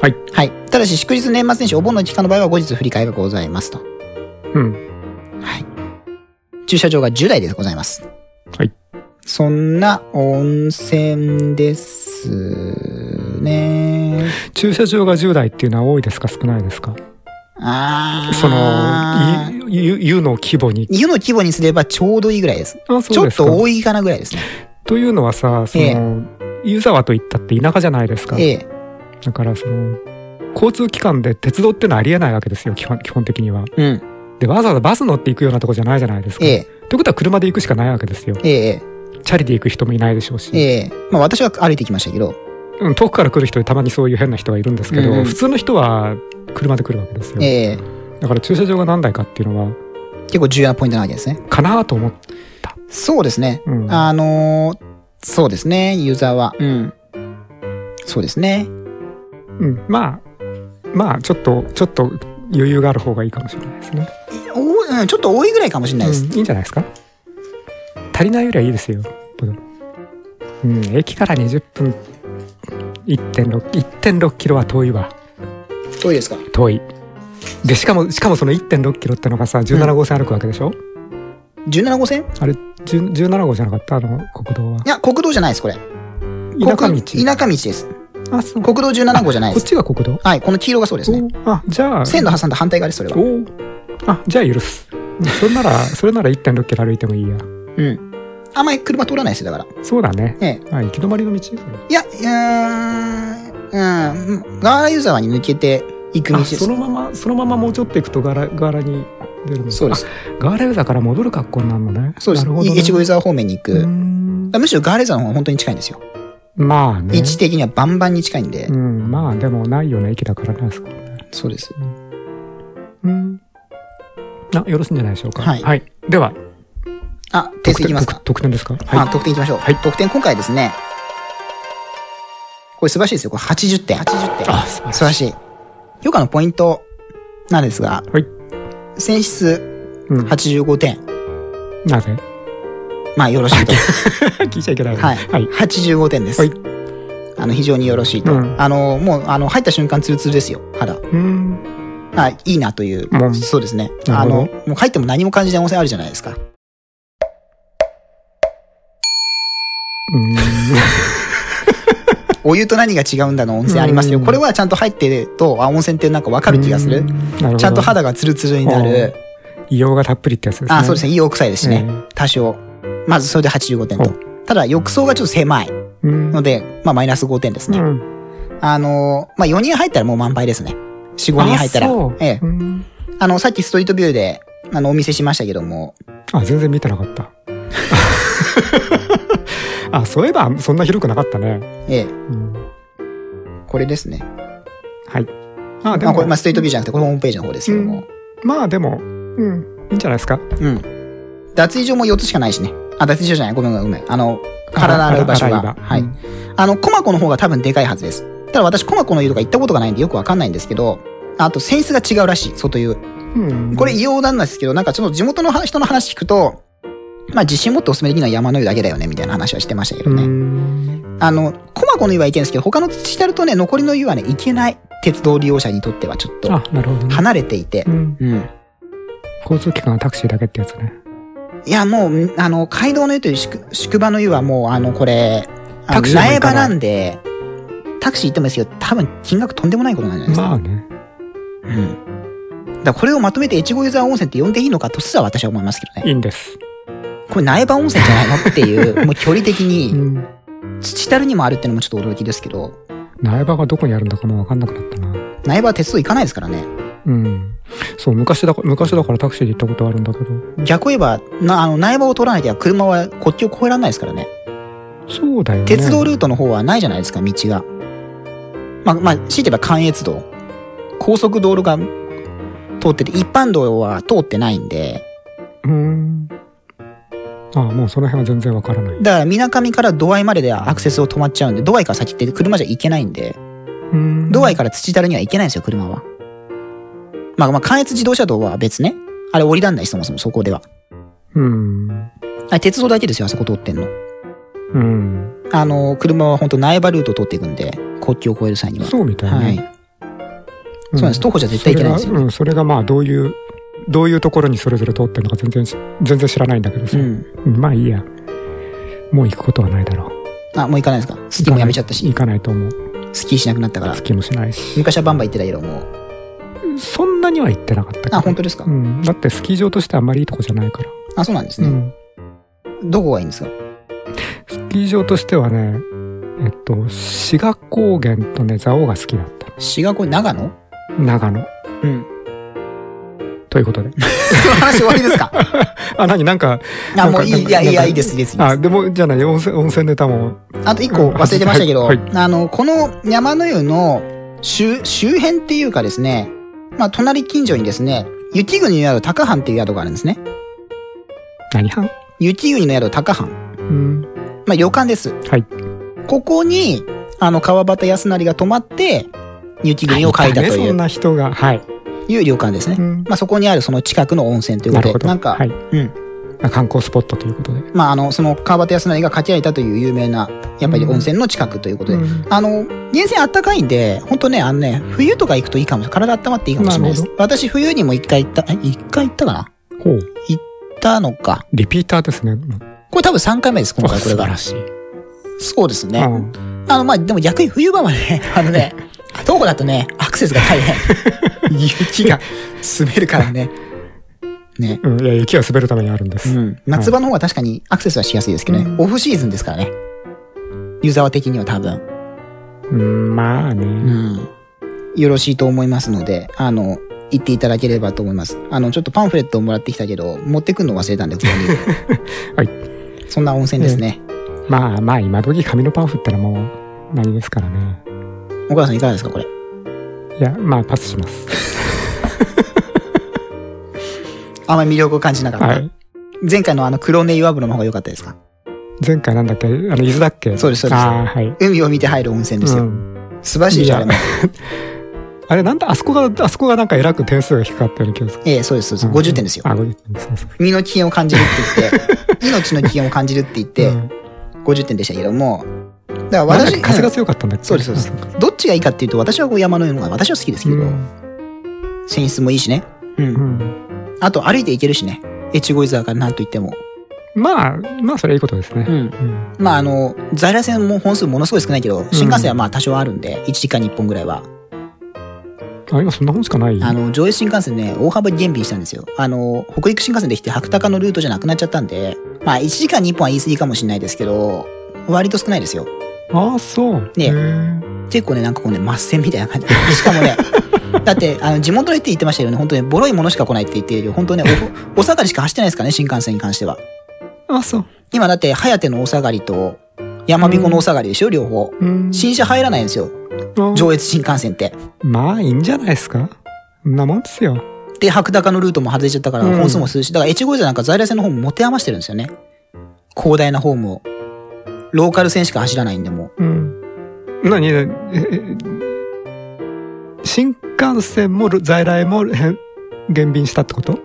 はいはい。ただし、祝日年末年始、お盆の期間の場合は後日振り替えがございますと。うんはい。駐車場が10台でございます。はい。そんな温泉ですね。駐車場が10台っていうのは多いですか少ないですかあー。そのいゆ湯の規模に湯の規模にすればちょうどいいぐらいです。あちそょうでっすかと多いかなぐらいですね。というのはさその、湯沢といったって田舎じゃないですか、ええ。だからその交通機関で鉄道ってのはありえないわけですよ基本基本的にはうん。でわざわざバス乗って行くようなとこじゃないじゃないですか、ええ。ということは車で行くしかないわけですよええ。チャリで行く人もいないでしょうし、ええ。まあ私は歩いてきましたけど。うん、遠くから来る人でたまにそういう変な人がいるんですけど、うん普通の人は車で来るわけですよ、ええ。だから駐車場が何台かっていうのは結構重要なポイントなわけですね。かなと思って、そうですね。うんあのーそうですね。ユーザーは。うん。そうですね。うん、まあまあちょっとちょっと余裕がある方がいいかもしれないですね、おうん、ちょっと多いぐらいかもしれないです。うんいいんじゃないですか足りないよりはいいですようん駅から20分1.6 1.6キロは遠いわどうですか遠いでしかもしかもその1.6キロってのがさ17号線歩くわけでしょ、 ?17 号線あれ10 17号じゃなかったあの国道はいや、国道じゃないです、これ。田舎国道田舎道です。あそう国道17号じゃないこです。っちが国道はい、この黄色がそうですね。おあじゃあ線路挟んだ反対側です、それは。おあじゃあ許すそれな *laughs* らそれなら1.6キロ歩いてもいいうやん。あんまり車通らないですよ、だから。そうだね、ええ。あ行き止まりの道それいや、うーん、うん、ガーラユーザーに抜けていく道あですそ。のままそのままもうちょっと行くとガラガラに出るのそうです。あガーラユーザーから戻る格好になるのねそうです。なるほど、ね、い越後ユーザー方面に行く。うーんむしろガーレザーの方が本当に近いんですよ。まあね位置的にはバンバンに近いんで。うんまあでもないような駅だからねあそこねそうです。うんあよろしいんじゃないでしょうかはいではあ、点数いきますか得。得点ですかあ、はい得点いきましょう。はい得点今回ですね。これ素晴らしいですよ。これ80点。80点。あ素晴らしい素晴らしい。評価のポイントなんですが、はい選出うん85点。なぜまあよろしいと。聞いちゃいけないはい。はい85点です。はいあの、非常によろしいと。うんあの、もう、あの、入った瞬間ツルツルですよ、肌。うん。あ、いいなという。うんそうですね。なあるほの、どもう入っても何も感じない温泉あるじゃないですか。うん。お湯と何が違うんだの温泉ありますよ。うんこれはちゃんと入ってると、あ、温泉ってなんかわかる気がする。なるほど。ちゃんと肌がツルツルになる。硫黄がたっぷりってやつですね。あ、そうですね。ね。硫黄臭いですしねうん。多少。まずそれで85点と。ただ、浴槽がちょっと狭いうん。ので、まあ、マイナス5点ですうね。ん。あのー、まあ、4人入ったらもう満杯ですね。4、5人入ったらあそう。ええう。んあの、さっきストリートビューで、あの、お見せしましたけども、あ、全然見てな *laughs* かった。あ、そういえば、そんな広くなかったね。ええ、うん、これですね。はい。あ、でまあ、も、これ、まあ、ストリートビューじゃなくて、これホームページの方ですけども。まあでも、うん、いいんじゃないですか。うん。脱衣所も4つしかないしね。あ、脱衣所じゃない。ごめんごめんごめん。あの、体洗う場所あ洗がい。場はいうん。あの、コマコの方が多分でかいはずです。ただ私、コマコの湯とか行ったことがないんでよくわかんないんですけど、あと、泉質が違うらしい、外湯。うん。これ、異様なんですけど、なんかちょっと地元の人の話聞くと、まあ、自信持っておすすめできるのは山の湯だけだよね、みたいな話はしてましたけどうね。ん。あの、コマコの湯は行けるんですけど、他の自治体とね、残りの湯はね、行けない。鉄道利用者にとってはちょっとあ、なるほどね。離れていてう。ん。うん。交通機関はタクシーだけってやつね。いや、もう、あの、街道の湯という宿宿場の湯はもう、あの、これ、あタのクシーも苗行か場ないなんで、タクシー行ってもいいですけど、多分金額とんでもないことなんじゃないですか。まあね。うん。だからこれをまとめて越後湯沢温泉って呼んでいいのかとすら私は思いますけどね。いいんです。これ苗場温泉じゃないのって *laughs* いう、もう距離的うに、ん。土樽にもあるってのもちょっと驚きですけど、苗場がどこにあるんだかもわかんなくなったな。苗場は鉄道行かないですからね。うん。そう、昔だか昔だからタクシーで行ったことあるんだけど。逆を言えば、なあの苗場を通らなきゃ車は国境を越えられないですからね。そうだよね。鉄道ルートの方はないじゃないですか、道が。まあ、まあ、強いて言えば関越道。高速道路が通ってて、一般道は通ってないんで、うん。あもうその辺は全然わからない。だから水上から度合いまででアクセスを止まっちゃうんで、度合いから先って車じゃ行けないんで、うん。度合いから土樽には行けないんですよ、車は。まあまあ、関越自動車道は別ね。あれ降りらんないし、そもそもそこでは。うん。あれ鉄道だけですよ、あそこ通ってんの。うん。あの、車は本当苗場ルートを通っていくんで、国境を越える際には。そうみたいはい。ね。そうなんです。徒歩じゃ絶対行けないんですよそれ。がうん、それがまあどういう、どういうところにそれぞれ通ってるのか全然し、全然知らないんだけどうさ。ん。うんまあいいや。もう行くことはないだろう。あ、もう行かないですかスキーもやめちゃったし行、かないと思う。スキーしなくなったから好。きもしないし。昔はバンバン行ってたけどもう。そんなには行ってなかったけどあ、本当ですかうん。だってスキー場としてあんまりいいとこじゃないから。あ、そうなんですうね。ん。どこがいいんですかスキー場としてはね、えっと、志賀高原とね、蔵王が好きだった。滋賀湖、長野 *laughs* 長野。うん。ということで。 *laughs* その話終わりですかあ、なになんか、あ、なんかもういい、いや、いや、いいです、いいです。いいですあ、でも、じゃあない、温泉、温泉ネタも。あと一個忘れてましたけど、はいはあの、この山の湯の周、周辺っていうかですね、まあ、隣近所にですね、雪国の宿高藩っていう宿があるんですね。何班雪国の宿高藩。うん。まあ、旅館です。はい。ここに、あの、川端康成が泊まって、雪国を書いたとねいそんう、な人が。はい。いう旅館ですね。うんまあ、そこにあるその近くの温泉というなこるとほで、ど。なんか、はい。うん。まあ観光スポットということで。まあ、あの、その川端康成が掛け合えたという有名な、やっぱり温泉の近くということで、うんあの、源泉あったかいんで、本当ね、あのね、冬とか行くといいかもしれない。体温まっていいかもしれないですなる。私、冬にも一回行った、え一回行ったかなほう。行ったのか。リピーターですね。これ多分3回目です、今あ回これ素晴がら。しい。そうですね。うんあの、まあ、でも逆に冬場はね、 *laughs* あのね、東湖だとね、アクセスが *laughs* 大変。雪が滑るからね。ね。うん、いや、雪は滑るためにあるんでうす。ん。夏場の方が確かにアクセスはしやすいですけどね。オフシーズンですからね。湯沢的には多分。うん、まあうね。ん。よろしいと思いますので、あの、行っていただければと思います。あの、ちょっとパンフレットをもらってきたけど、持ってくるの忘れたんで、ここ *laughs* はい。に。そんな温泉ですね。まあまあ、今時紙のパンフったらもう、何ですからね。岡田さんいかがですか、これ。いや、まあ、パスします。あんまり魅力を感じなかった。はい。前回のあの、黒根岩風呂の方が良かったですか前回なんだっけあの、伊豆だっけそうですそうですああ、はい。海を見て入る温泉ですよ。うん素晴らしいでしょ、あれも。あれ、なんだ、あそこが、あそこがなんかえらく点数が低かったような気がする。ええそうです、そうです。50点ですよあ、。50点。そうそう。身の危険を *laughs* 感じるって言って、命の危険を感じるって言って、うん50点でしたけども、からなん私か風が強かったんだっけそうですそうですどっちがいいかっていうと私はこう山のような方が私は好きですけうど、ん泉質もいいしね、う、うんんあと歩いて行けるしね越後湯沢から何と言ってもまあまあそれはいいことですね、うんうんまああの在来線も本数ものすごい少ないけど新幹線はまあ多少あるんで1時間に1本ぐらいはあ今そんな本しかないあの上越新幹線ね大幅に減便したんですよあの北陸新幹線できて白鷹のルートじゃなくなっちゃったんでまあ1時間に1本は言い過ぎかもしれないですけど割と少ないですよああそうねへー結構ね、なんかこうね、抹線みたいな *laughs* 感じ。しかもね、だって、あの、地元の人言ってましたよね、本当ね、ボロいものしか来ないって言っているよ。本当ね、お *laughs* お下がりしか走ってないですからね、新幹線に関しては。あそう今だって、早手のお下がりと、山彦のお下がりでしょ、両方。うん新車入らないんですよ、あ上越新幹線って。まあいいんじゃないですかそんなもんですよで、白鷹のルートも外れちゃったから、うん本数も数し、だから、越後じゃなんか在来線の方も持て余してるんですよね。広大なホームを。ローカル線しか走らないんでもう。うん何ええ新幹線も在来もへ減便したってこと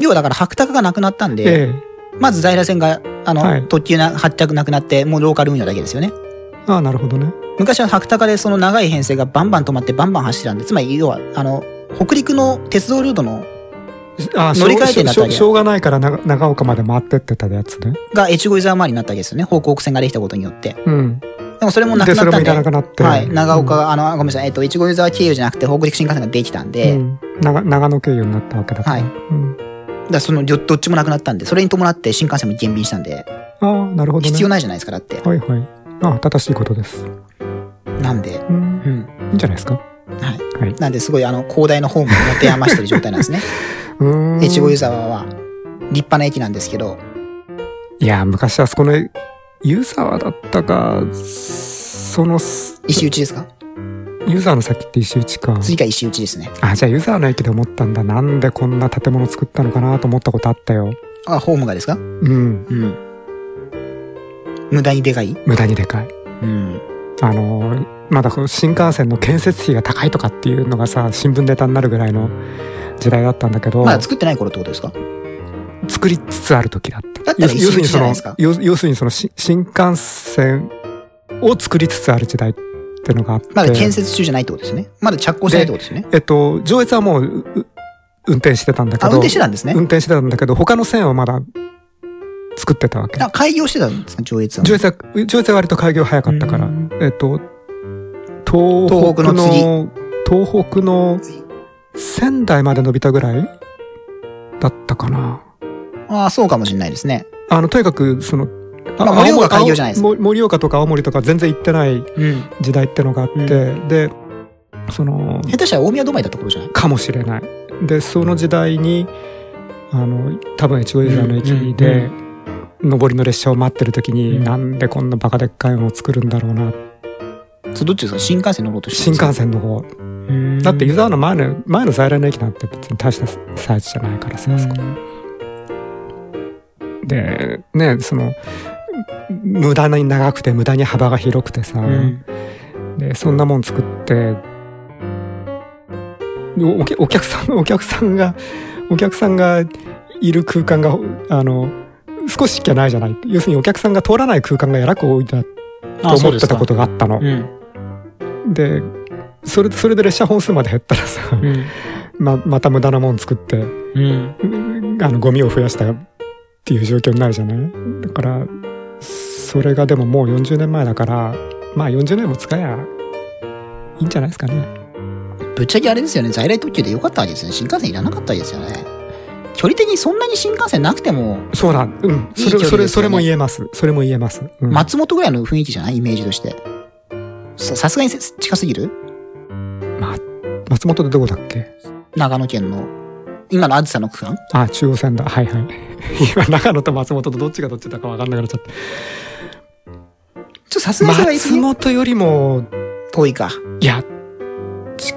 要はだから、白鷹がなくなったんで、えまず在来線が、あの、はい特急な発着なくなって、もうローカル運用だけですよね。えああなるほどね昔は白鷹でその長い編成がバンバン止まってバンバン走ってたんで、つまり要は、あの、北陸の鉄道ルートの、あ乗り換えてなったりしょうしょうしょうがないからな長岡まで回ってってたやつねが越後湯沢周りになったわけですよね。方向線ができたことによって。うんでもそれもなくでなそっれたもんいで。らなくなってはい。長岡が、あの、ごめんなさい。えっと、越後湯沢経由じゃなくて北陸新幹線ができたんで、うん長長野経由になったわけだから、はいうんだからその両、どっちもなくなったんで、それに伴って新幹線も減便したんで、ああなるほど、ね、必要ないじゃないですか、だって。はいはいああ正しいことです、なんで、ううん、ん。いいんじゃないですかはい。はいなんで、すごい、あの、広大なホームを持て余してる状態なんですね。 *laughs* うーん越後湯沢は、立派な駅なんですけど、いや昔はそこの湯沢だったかそのす石打ちですか湯沢の先って石打ちか次が石打ちですね。あじゃあ湯沢の駅で思ったんだなんでこんな建物作ったのかなと思ったことあったよあ、ホームがですかうんうん。無駄にでかい無駄にでかいうん。あのーまだこの新幹線の建設費が高いとかっていうのがさ新聞ネタになるぐらいの時代だったんだけど、まだ作ってない頃ってことですか作りつつある時だっただったら要要する石打にちじそゃないでのすか要要するにそのし新幹線を作りつつある時代ってのがあってまだ建設中じゃないってことですね。まだ着工してないってことですね。えっと上越はもうう運転してたんだけあ、ど運転してたんですね運。転してたんだけど他の線はまだ作ってたわけあ、開業してたんですか上越は。上越は上越は割と開業早かったからうんえっと東北の東北の仙台まで伸びたぐらいだったかなあそうかもしれないですね。あのとにかくそのあまあ青森盛岡開業じゃないですか青森盛岡とか青森とか全然行ってないうん。時代ってのがあって、でその下手したら大宮止まりだった頃じゃないかもしれないでその時代にあの多分越後湯沢の駅で、う上りの列車を待ってる時に、うんなんでこんなバカでっかいのを作るんだろうなそれどっちですか新幹線乗ろうとしてる新んですか幹線の方うんだって湯沢の前の前の在来の駅なんて別に大したサイズじゃないからさ、あそこでねその無駄に長くて無駄に幅が広くてさ、うんでそんなもん作っておお客お客さんお客さんがお客さんがいる空間があの少ししかないじゃない要するにお客さんが通らない空間がやらく多いなとあそう思でってすかたことがあったのうでん。それそれで列車本数まで減ったらさ、うん。ままた無駄なもん作ってうん。うんあのゴミを増やしたっていう状況になるじゃないだからそれがでももう40年前だからまあ40年も使えやいいんじゃないですかねぶっちゃけあれですよね。在来特急でよかったわけですよね。新幹線いらなかったわけですよね。距離的にそんなに新幹線なくても、そうだうんそいい距離ですよれねそれそれも言えますそれも言えます、うん松本ぐらいの雰囲気じゃないイメージとして。ささすがにせ近すぎるま松本ってどこだっけ長野県の、今のあずさの区間あ中央線だは *laughs* いはい今長野と松本とどっちがどっちだか分かんなくなっちゃっちたょっとさすがにそれは言い過松ぎ本よりも遠いか。いや近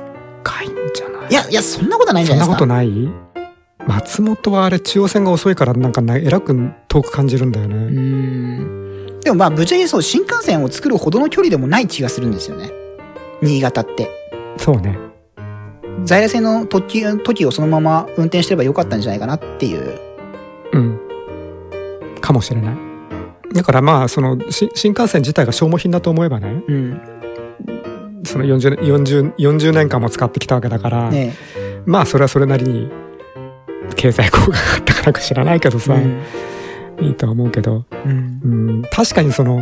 いんじゃないいや、いや、そんなことはないんじそゃんなないでこすとか。ない松本はあれ中央線が遅いからなんかなえらく遠く感じるんだようね、ーん。でもまあ、ぶっちゃけそう、新幹線を作るほどの距離でもない気がするんですよね。新潟って。そうね在来線の特急、時をそのまま運転してればよかったんじゃないかなっていう。うんかもしれないだからまあそのし新幹線自体が消耗品だと思えばねうん。その 40, 40, 40年間も使ってきたわけだから、ねまあそれはそれなりに経済効果があったかなんか知らないけどえ。さ、いいとは思うけど、うんうん、確かにその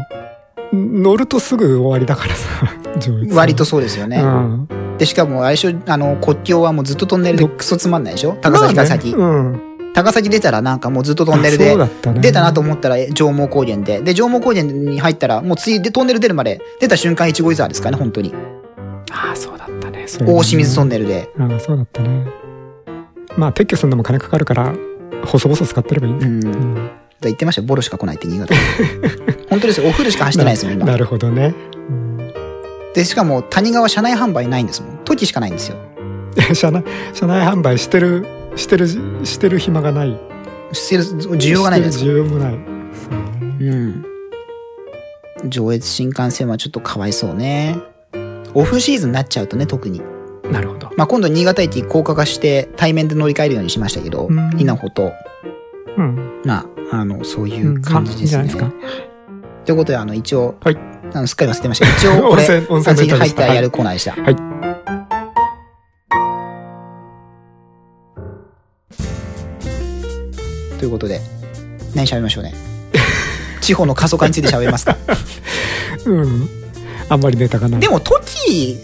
乗るとすぐ終わりだからさ *laughs* 上越は割とそうですよねう。ん、で、しかも、相性、あの、国境はもうずっとトンネルでクソつまんないでしょ高崎がまあね先。うん、高崎出たらなんかもうずっとトンネルあでそうだったね出たなと思ったらえ上毛高原でで上毛高原に入ったらもう次でトンネル出るまで出た瞬間一期一会ですからね本当にああそうだったね大清水トンネルでああそうだったねまあ撤去するのも金かかるから細々使ってればいいんうだ、んだかうんら言ってましたよボロしか来ないって新潟 *laughs* 本当ですよお風呂しか走ってないですもんな今るほどね、 *laughs* でしかも谷川車内販売ないんですもん時しかないんですようん、社内社内販売してるしてるしてる暇がないセールス需要がないじゃないですしてかる需要もないそうねうん上越新幹線はちょっとかわいそうねオフシーズンになっちゃうとね特になるほどまあ今度新潟駅高架化して対面で乗り換えるようにしましたけどうん稲穂とうんまあ、あの、そういうんう感じですあいいんね。じゃないということで、あの、一応、はいあの、すっかり忘れました。一応、これ、 *laughs* 温泉温泉あ次弁当で入しったたらやるコーナーでした。はいということで、何喋りましょうね。 *laughs* 地方の過疎化について喋り *laughs* ますか。うんあんまりネタがないでも、トキ、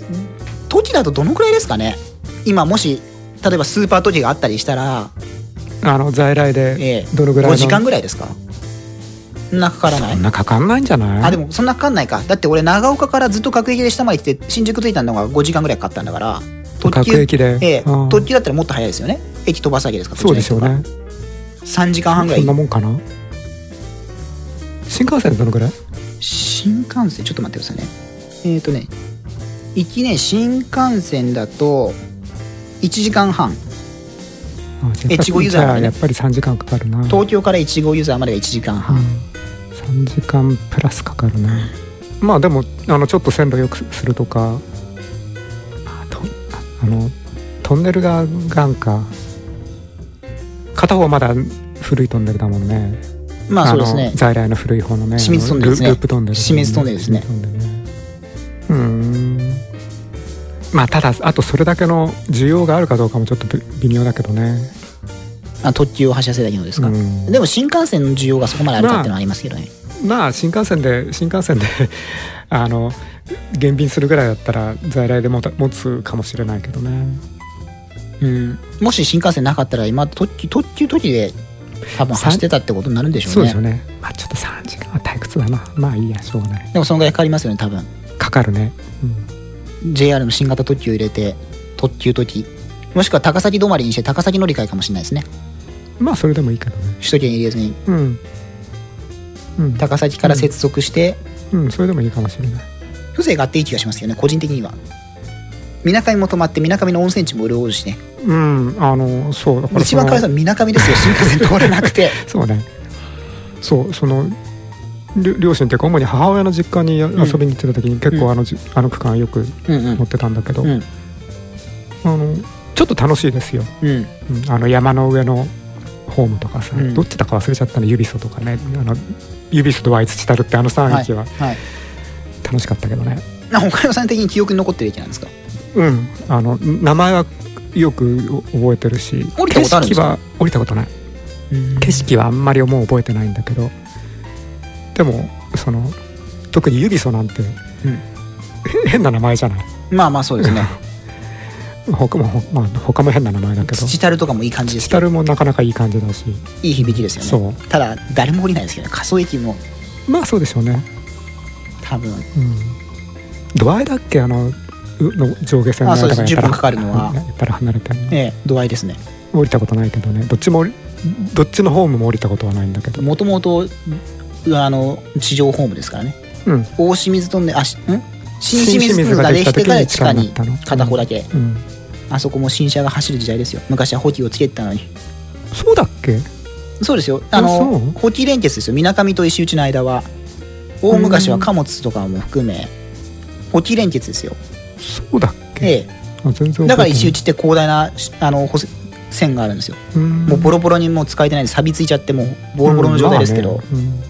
トキだとどのくらいですかね今、もし、例えばスーパートキがあったりしたら、あの在来えでえどのぐらいの、 5時間ぐらいですかそんなかからないそんなかかんないんじゃないあでもそんなかかんないかだって俺長岡からずっと各駅で下まで来て新宿着いたのが5時間ぐらいかかったんだから各駅でええうん特急だったらもっと早いですよね駅飛ばさげですかそうでしょうね3時間半ぐらそんないもんかな新幹線どのぐらい新幹線ちょっと待ってくださいねえっ、とね行きね新幹線だと1時間半あ新幹線越後湯じゃ沢まあでやっぱり3時間かかるな東京から1号ユーザーまでが1時間うん半、 3時間プラスかかるなまあでもあのちょっと線路よくするとかあとあのトンネルががんか片方はまだ古いトンネルだもんねまあそうですねの在来の古い方のね清水トンネルですねルループトンネル清水トンネルですね清水トンネルねうーんまあただあとそれだけの需要があるかどうかもちょっとぶ微妙だけどねあ特急を発車するだけのですか、うんでも新幹線の需要がそこまであるかっていうのはありますけどね、まあ新幹線で新幹線で *laughs* あの減便するぐらいだったら在来でもた持つかもしれないけどねうん、もし新幹線なかったら今特急特急時で多分走ってたってことになるんでしそょううねですよねまあちょっと3時間は退屈だなまあいいやしょうがないでもそのぐらいかかりますよね多分かかるね、 JR の新型特急を入れて特急時もしくは高崎止まりにして高崎乗り換えかもしれないですねうん、まあそれでもいいけどね首都圏入れずにうんうん、高崎から接続してうん、それでもいいかもしれない風情があっていい気がしますけどね個人的にはみなかみも泊まってみなかみの温泉地も潤うしねうんあのそうだから一番かわいそうなみなかみですよ新幹線通れなくてそうねそうそのりょ両親っていうか主に母親の実家にや遊びに行ってた時に結うん構あの,、じあの区間よく *laughs* うんう乗んってたんだけど、うんあのちょっと楽しいですよ、うんうんあの山の上のホームとかさ、うんどっちだか忘れちゃったの指そとかねあの指そとワイツチタルってあの3駅ははい楽しかったけどね、な岡山さん的に記憶に残ってる駅なんですかうんあの名前はよく覚えてるし降りたことあるんです景色かは降りたことない景色はあんまりもう覚えてないんだけどでもその特に指そなんて、うんへ変な名前じゃないまあまあそうですね他も,ほ、まあ、他も変な名前だけど土たるとかもいい感じですチけタどルもなかなかいい感じだしいい響きですよねそただ誰も降りないですけど仮想駅もまあそうでしょうね多分うん、度合いだっけあのうの上下線のあそうです間がやたら10分かかるのはやったら離れてるのええ度合いですね降りたことないけどねどっちもどっちのホームも降りたことはないんだけどもともとあの地上ホームですからねうん大清水トンネルあしん新清水トンネルができてから地下に片方だけうん、あそこも新車が走る時代ですよ昔は補給をつけてたのにそうだっけそうですよああそのう補給連結ですよみなかみと石打の間は大昔は貨物とかも含め補給連結ですよそうだっけ、えあ全然えだから石打ちって広大なあの補正線があるんですよもうボロボロにもう使えてないんで錆びついちゃってもうボロボロの状態ですけど、うんまあね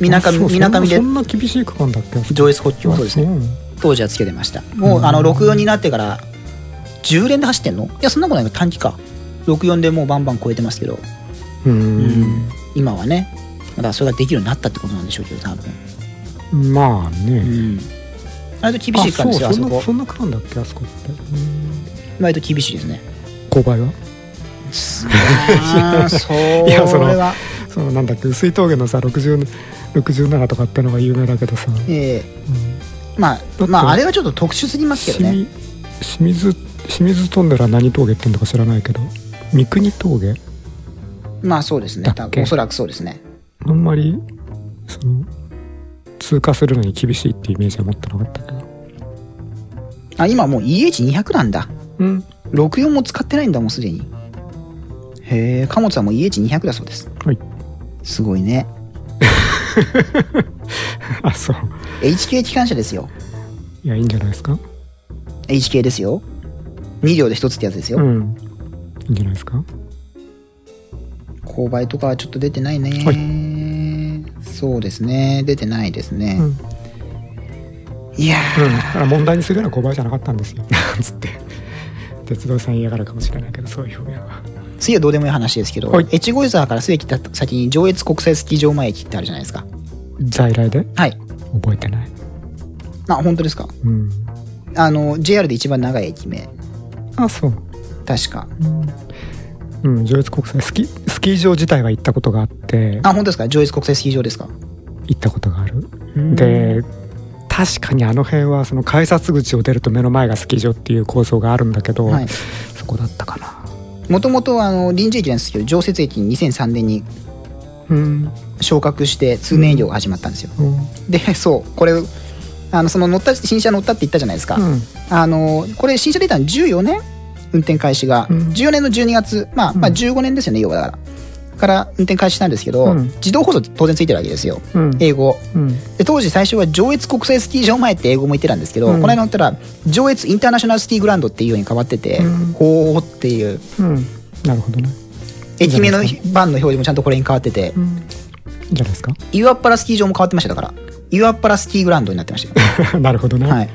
みなかあそうみなかみでそんなそんな厳しい区間だっけあそこ上越国境はそうですねん当時はつけてましたもうあの64になってから10連で走ってんのいやそんなことない短期か64でもうバンバン超えてますけどううんん今はねまだそれができるようになったってことなんでしょうけど多分まあうね、ん割と厳しい感じですよああそそうそんなこそんな区間だっけあそこって、うん、割と厳しい *laughs* ですね勾配はあーそいやそのれはそのなんだっけ薄い峠のさ60 67とかってのが有名だけどさ、うんええまあまああれはちょっと特殊すぎますけどね清清水清水トンネルは何峠ってんだか知らないけど三国峠まあそうですねだ多っけ分おそらくそうですねあんまりその通過するのに厳しいってイメージは持ってなかったけどあ今もう EH200 なんだうん64も使ってないんだもうすでにへえ貨物はもう EH200 だそうですはいすごいねあそう HK 機関車ですよいやいいんじゃないですか HK ですよ2両で1つってやつですよ、うんいいんじゃないですか購買とかはちょっと出てないね、はそうですね出てないですねう、ん、うん、いやーだから問題にするような勾配じゃなかったんですよ *laughs* なんつって鉄道さん嫌がるかもしれないけどそういう表現は次はどうでもいい話ですけど、はい越後湯沢から須江来た先に上越国際スキー場前駅ってあるじゃないですか在来ではい覚えてないあ本当ですかうんあの JR で一番長い駅名あそう確かうん、上越国際スキスキー場自体は行ったことがあってあ本当ですか上越国際スキー場ですか行ったことがあるで確かにあの辺はその改札口を出ると目の前がスキー場っていう構想があるんだけど、はいそこだったかなもともとあの臨時駅なんですけど常設駅に2003年にうん、昇格して通年営業が始まったんですよ、うんで *laughs* そうこれあのその乗った新車乗ったって言ったじゃないですか、うんあのこれ新車出たの14年運転開始が、うん14年の12月、まあ、まあうん15年ですよね要はだからから運転開始したんですけど、うん自動放送当然ついてるわけですよ、うん英語うんで当時最初は上越国際スキー場前って英語も言ってたんですけど、うんこの間乗ったら上越インターナショナルスキーグラウンドっていうように変わってて、うんほーっていううんなるほどね駅名のいいじゃないで番の表示もちゃんとこれに変わってて、うんいいんじゃないですか *laughs* 岩っ原スキー場も変わってましただから岩っ原スキーグラウンドになってましたよなるほどね、はい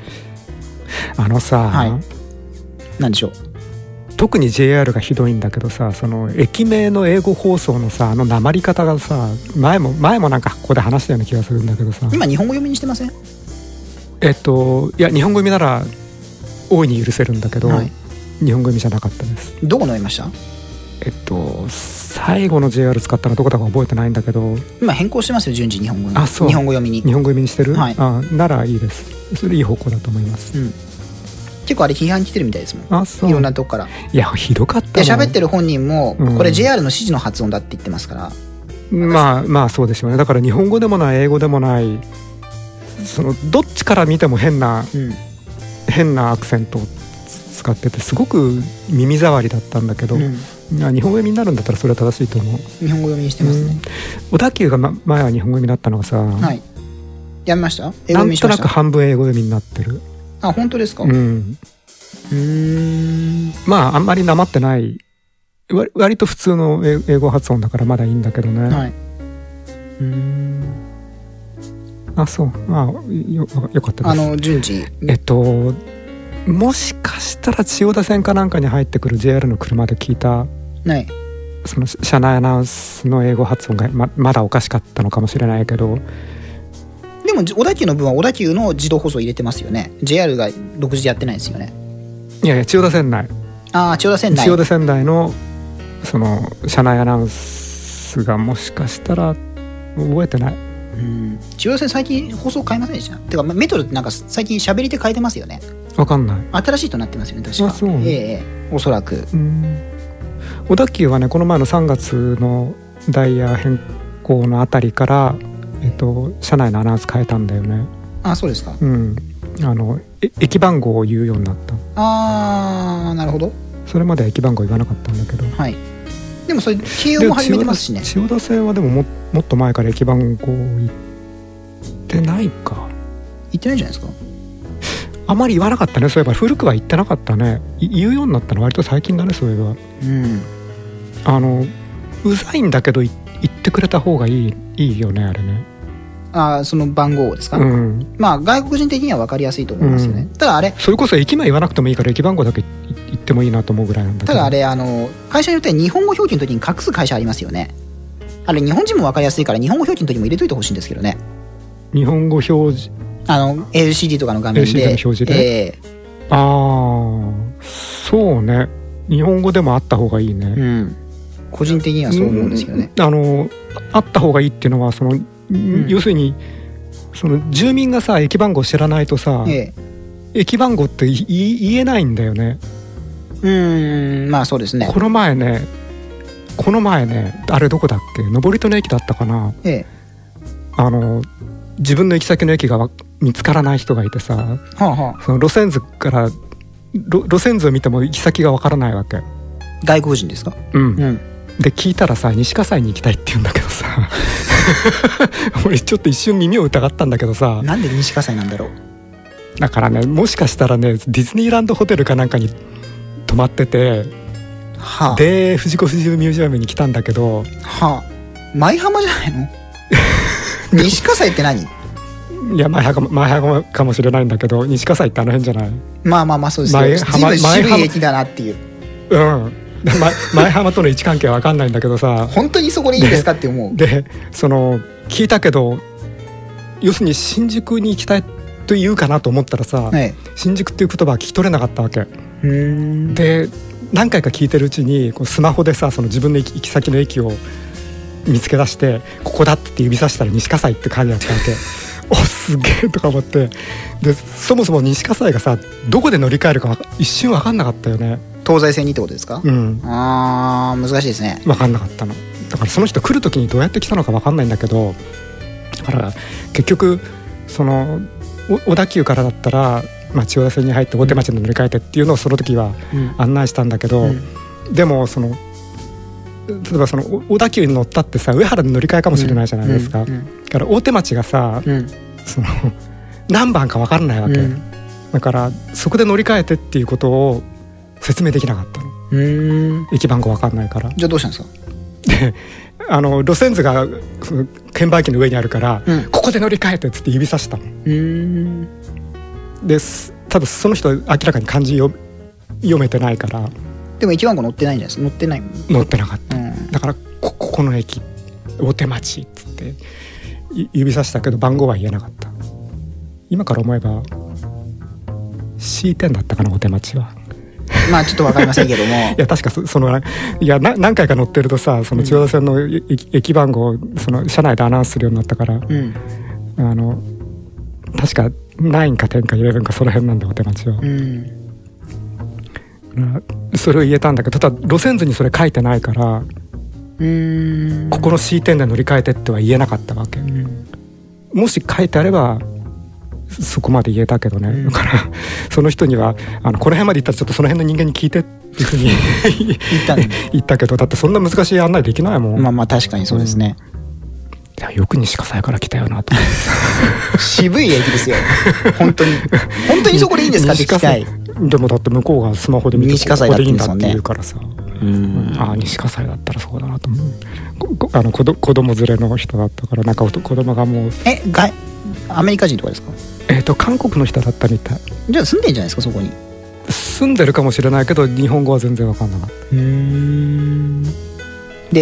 あのさ、はいなんでしょう特に JR がひどいんだけどさその駅名の英語放送のさあのなまり方がさ前も前もなんかここで話したような気がするんだけどさ今日本語読みにしてませんえっといや日本組なら大いに許せるんだけど、はい日本組じゃなかったですどこ飲みましたえっと最後の JR 使ったのどこだか覚えてないんだけど今変更してますよ順次日本語にあそう日本語読みに日本組にしてる、はいあならいいですそれいい方向だと思います、うん結構あれ批判来てるみたいですもんあそういろんなとこからいやひどかっでたな喋ってる本人もうんこれ JR の指示の発音だって言ってますからまあまあそうでしょうねだから日本語でもない英語でもないそのどっちから見ても変なうん変なアクセントを使っててすごく耳障りだったんだけど、うんあ日本組になるんだったらそれは正しいと思う日本語読みにしてますねうん小田急が、ま、前は日本語読みだったのがさ、はいやめました英語な読んみしとまなしくた半分英語読みになってる、あ本当ですかううん、ーんまああんまりなまってないわ割と普通の英英語発音だからまだいいんだけどね、はいうーんあそうまあよよかったですあの順次えっともしかしたら千代田線かなんかに入ってくる JR の車で聞いたないその車内アナウンスの英語発音がままだおかしかったのかもしれないけどでも小田急の分は小田急の自動放送入れてますよね JR が独自でやってないですよねいやいや千代田線内ああ千代田線内千代田仙台のその車内アナウンスがもしかしたら覚えてないうん千代田線最近放送変えませんでしたてかまメトロってなんか最近喋り手変えてますよねわかんない新しいとなってますよね確かあそうええええおそらくうん小田急はねこの前の3月のダイヤ変更のあたりから、えっと、車内のアナウンス変えたんだよねあそうですかうんあのえ駅番号を言うようになったああなるほどそれまでは駅番号言わなかったんだけどはいでもそれ慶応でも始めてますしね千代田千代田線はでもももっと前から駅番号言ってないか行ってないんじゃないですかあまり言わなかったねそういえば古くは言ってなかったねい言うようになったの割と最近だねそういえばうんあのうざいんだけどい言ってくれた方がいいいいよねあれねあーその番号ですか、うん、まあ外国人的には分かりやすいと思いますよね、うんただあれそれこそ駅前言わなくてもいいから駅番号だけい言ってもいいなと思うぐらいなんだけたどだあれあの会社によっては日本語表記の時に隠す会社ありますよねあれ日本人も分かりやすいから日本語表記の時も入れといてほしいんですけどね日本語表示あの LCD とかの画面 LCD での表示でえああそうね日本語でもあった方がいいね、えうん個人的にはそう思うんですけどね、うんあのあった方がいいっていうのはその、ん要するにその住民がさ駅番号知らないとさ、ええ駅番号っていい言えないんだよねうーんまあそうですねこの前ねこの前ねあれどこだっけ上り戸の駅だったかなええあの自分の行き先の駅がわ見つからない人がいてさはあはあその路線図から路路線図を見ても行き先がわからないわけ、外国人ですかうんうんで聞いたらさ西葛西に行きたいって言うんだけどさ *laughs* 俺ちょっと一瞬耳を疑ったんだけどさなんで西葛西なんだろうだからねもしかしたらねディズニーランドホテルかなんかに泊まっててはあで藤子不二雄ミュージアムに来たんだけどはあ舞浜じゃ *laughs* ないの西葛西って何いや前浜前浜かもしれないんだけど西葛西ってあの辺じゃないまあまあまあそうです前ね浜随分前渋浜い駅だなっていううんで前 *laughs* 前浜との位置関係は分かんないんだけどさ本当にそこでいいんですかって思うでその聞いたけど要するに新宿に行きたいと言うかなと思ったらさ、え新宿っていう言葉は聞き取れなかったわけえうんで何回か聞いてるうちにこうスマホでさその自分の行き行き先の駅を見つけ出して「ここだ」って指さしたら西葛西って感じだったわけ *laughs* おすげえとか思ってでそもそも西葛西がさどこで乗り換えるかわか一瞬分かんなかったよね東西線にってことですか、うんあー難しいですね分かんなかったのだからその人来る時にどうやって来たのか分かんないんだけどだから結局そのお小田急からだったら、まあ、千代田線に入って大手町に乗り換えてっていうのをその時はうん案内したんだけど、うんでもその例えばそのお小田急に乗ったってさ上原の乗り換えかもしれないじゃないですか、うんうんだから大手町がさ、うんその何番か分からないわけ、うんだからそこで乗り換えてっていうことを説明できなかったのうん駅番号分かんないからじゃあどうしたんですかあの路線図がその券売機の上にあるから、うんここで乗り換えてっつって指さしたのうんです多分その人は明らかに漢字読読めてないからでも一番号乗ってないんじゃないですか乗ってないもん乗ってなかった、う *laughs* んだからこここの駅大手町っつってい指さしたけど番号は言えなかった今から思えば C 点だったかな大手町はまあちょっとわかりませんけどもいや確かそそのいやな何回か乗ってるとさその千代田線の駅駅番号をその車内でアナウンスするようになったから、うんあの確か9か10か11かその辺なんだ大手町は、うんうんそれを言えたんだけどただ路線図にそれ書いてないからうんここの C 点で乗り換えてっては言えなかったわけ、もし書いてあればそこまで言えたけどね、だからその人にはあのこの辺まで行ったらちょっとその辺の人間に聞いてっていう *laughs* ふうに言ったんだ言ったけどだってそんな難しい案内できないもん、まあまあ確かにそうですね、いやよく西葛西から来たよ *laughs* なと思ってさ渋い駅ですよ本当に本当にそこでいいんですかって聞きたい西葛西でもだって向こうがスマホで見て西葛西ここでいいんだだって言うんっでてすもんね言うからさ、ああ西葛西だったらそうだなと思うここあの子ど子供連れの人だったからなんかおと子供がもうえ外アメリカ人とかですかえっ、と韓国の人だったみたいじゃあ住んでんじゃないですかそこに住んでるかもしれないけど日本語は全然わかんなかっうんで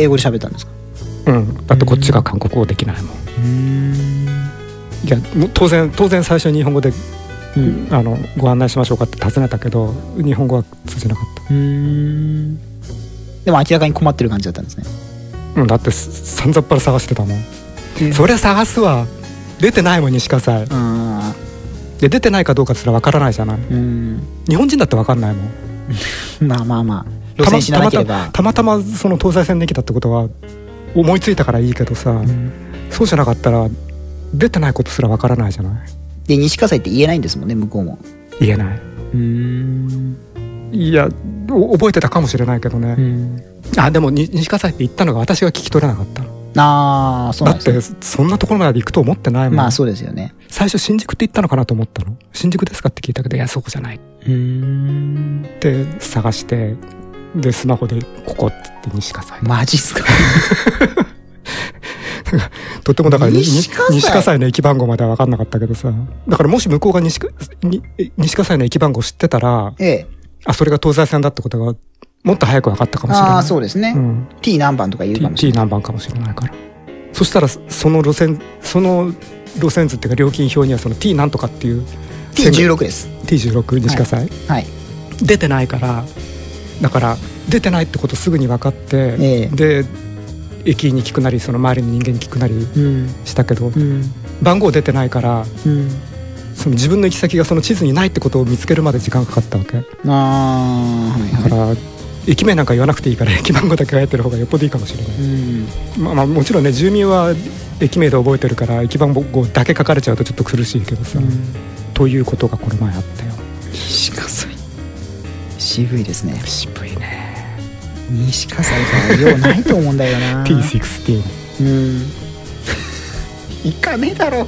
英語で喋ったんですかたうんだってこっちが韓国語できないもんいやもう当然当然最初に日本語で、うんあのご案内しましょうかって尋ねたけど日本語は通じなかっうんでも明らかに困ってる感じだったんですねた、うん、だってすさんざっぱら探してたもん、うんそりゃ探すわ出てないもん西葛西あで出てないかどうかすらわからないじゃないーうん日本人だってわかんないもんまあまあまあ路線知らなければたまたまたまたまその東西線できたってことは思いついたからいいけどさ、そうじゃなかったら出てないことすらわからないじゃないで西葛西って言えないんですもんね向こうも言えないうんいやお覚えてたかもしれないけどね、あでもに西葛西って言ったのが私が聞き取れなかったのああそうだなんっですねてそんなところまで行くと思ってないもん、まあそうですよね最初新宿って言ったのかなと思ったの新宿ですかって聞いたけどいやそこじゃないっうんて探してでスマホでここっつって西葛西マジっすか *laughs* とってもだからにに西葛西西葛西の駅番号までは分かんなかったけどさだからもし向こうが西かに西葛西の駅番号知ってたらええ。あそれが東西線だってことがもっと早く分かったかもしれないああ、そうですね。うん T 何番とか言うかもし T, れ T ない。何番かもしれないからそしたらそその路線その路線図っていうか料金表にはその T なんとかっていう T16 です。 T16 西葛西、はい。出てないからだから出てないってことすぐに分かって、ええで駅員に聞くなりその周りの人間に聞くなりうん。したけど、うん。番号出てないからうん。その自分の行き先がその地図にないってことを見つけるまで時間かかったわけだかああ、はいはい。ら、駅名なんか言わなくていいから駅番号だけはやってる方がよっぽどいいかもしれない、うん。まあ、まあもちろんね住民は駅名で覚えてるから駅番号だけ書かれちゃうとちょっと苦しいけどさ、ということがこの前あったよ西葛西。渋いですね。渋いね西葛西さんは用ないと思うんだよ *laughs* な。 T16 うん。行かねえだろ。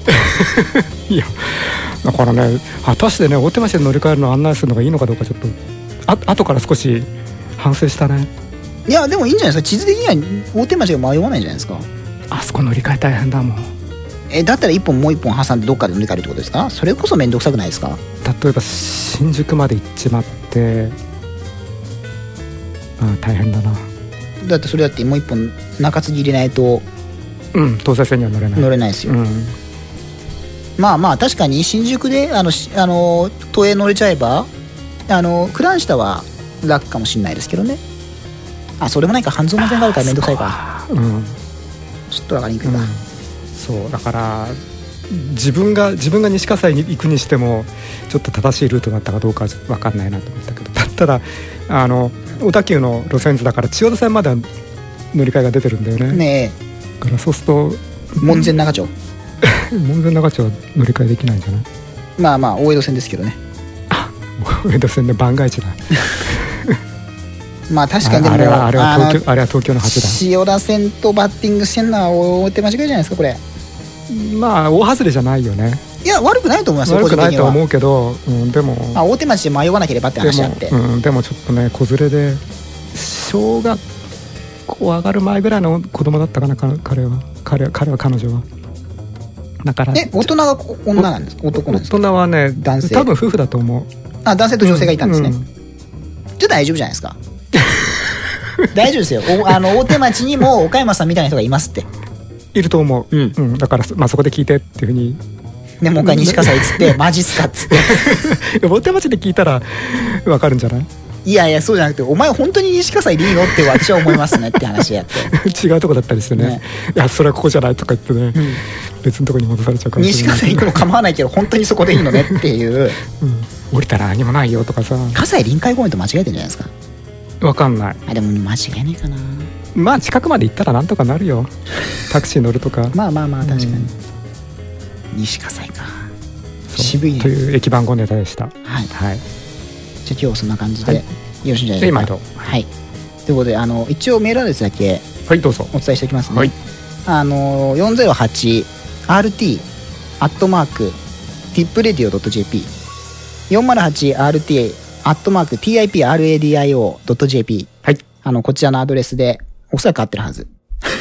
いやだからね果たしてね大手町で乗り換えるのを案内するのがいいのかどうかちょっとあ後から少し反省したねいや、でもいいんじゃないですか。地図的には大手町が迷わないんじゃないですか。あそこ乗り換え大変だもんえ、だったら一本もう一本挟んでどっかで乗り換えるってことですかそれこそめんどくさくないですか例えば新宿まで行っちまってあ大変だなだってそれだってもう一本中継ぎ入れないとうん東西線には乗れない乗れないですよ、うんまあまあ確かに新宿であのしあの都営乗れちゃえばあの九段下は楽かもしれないですけどねあそれもないか半蔵門線があるから面倒くさいかうんちょっと分かりにくいか、そうだから自分が自分が西葛西に行くにしてもちょっと正しいルートだったかどうかは分かんないなと思ったけど *laughs* だったらあの小田急の路線図だから千代田線までは乗り換えが出てるんだよねねだからそうすると *laughs* え門前仲町、門前仲町は乗り換えできないんじゃない *laughs* まあまあ大江戸線ですけどね上田線で番外地だまあ確かにであもあれはあれはの東京あれは東京の8千代田線とバッティングしてんのは大手間違いじゃないですかこれだまあ大外れじゃないよねいや悪くないと思いますよ悪くないとは個人的に思うけど、うん、でもまあ、大手町で迷わなければって話であって、でも,、うん、でもちょっとね子連れで小学校上がる前ぐらいの子供だったかなか彼は彼は彼は彼女はだからえ大人がこ女なんです男なん大ですか人はね男性多分夫婦だと思うあ男性と女性がいたんですね、うんじゃあ大丈夫じゃないですか大丈夫ですよおあ *laughs* の大手町にも岡山さんみたいな人がいますっていると思う、うんだから、まあ、そこで聞いてっていうふうに *laughs* でもう一回西葛西っつってマジっすかっつって大手町で聞いたら分かるんじゃない *laughs* いやいやそうじゃなくてお前本当に西葛西でいいのって私は思いますねって話 *laughs* やって違うとこだったりしてねねいやそれはここじゃないとか言ってね、別のとこに戻されちゃうかもし西れない葛西行っても構わないけど本当にそこでいいのねって *laughs* いううん、降りたら何もないよとかさ葛西臨海公園と間違えてんじゃないですか分かんないあでも間違えねえかなまあ近くまで行ったらなんとかなるよタクシー乗るとかまあまあまあ確かに、うん西葛西かそう渋いねという駅番号ネタでしたはいはじゃあい今日はそんな感じで、はいよろしいんじゃないですかで今のはいということであの一応メールアドレスだけはいどうぞお伝えしておきますね、はいあの 408RT アットマーク tipradio.jp 408RT アットマーク tipradio.jp はいあのこちらのアドレスでおそらく合ってるはず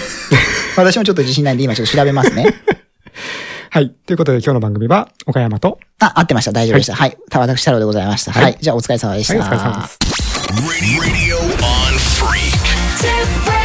*laughs* 私もちょっと自信ないんで今ちょっと調べますねはいということで今日の番組は岡山とあ合ってました大丈夫でしたはい、た私太郎でございましたはい、はいじゃあお疲れ様でしはた、いお疲れ様です Radio on Freak. Tip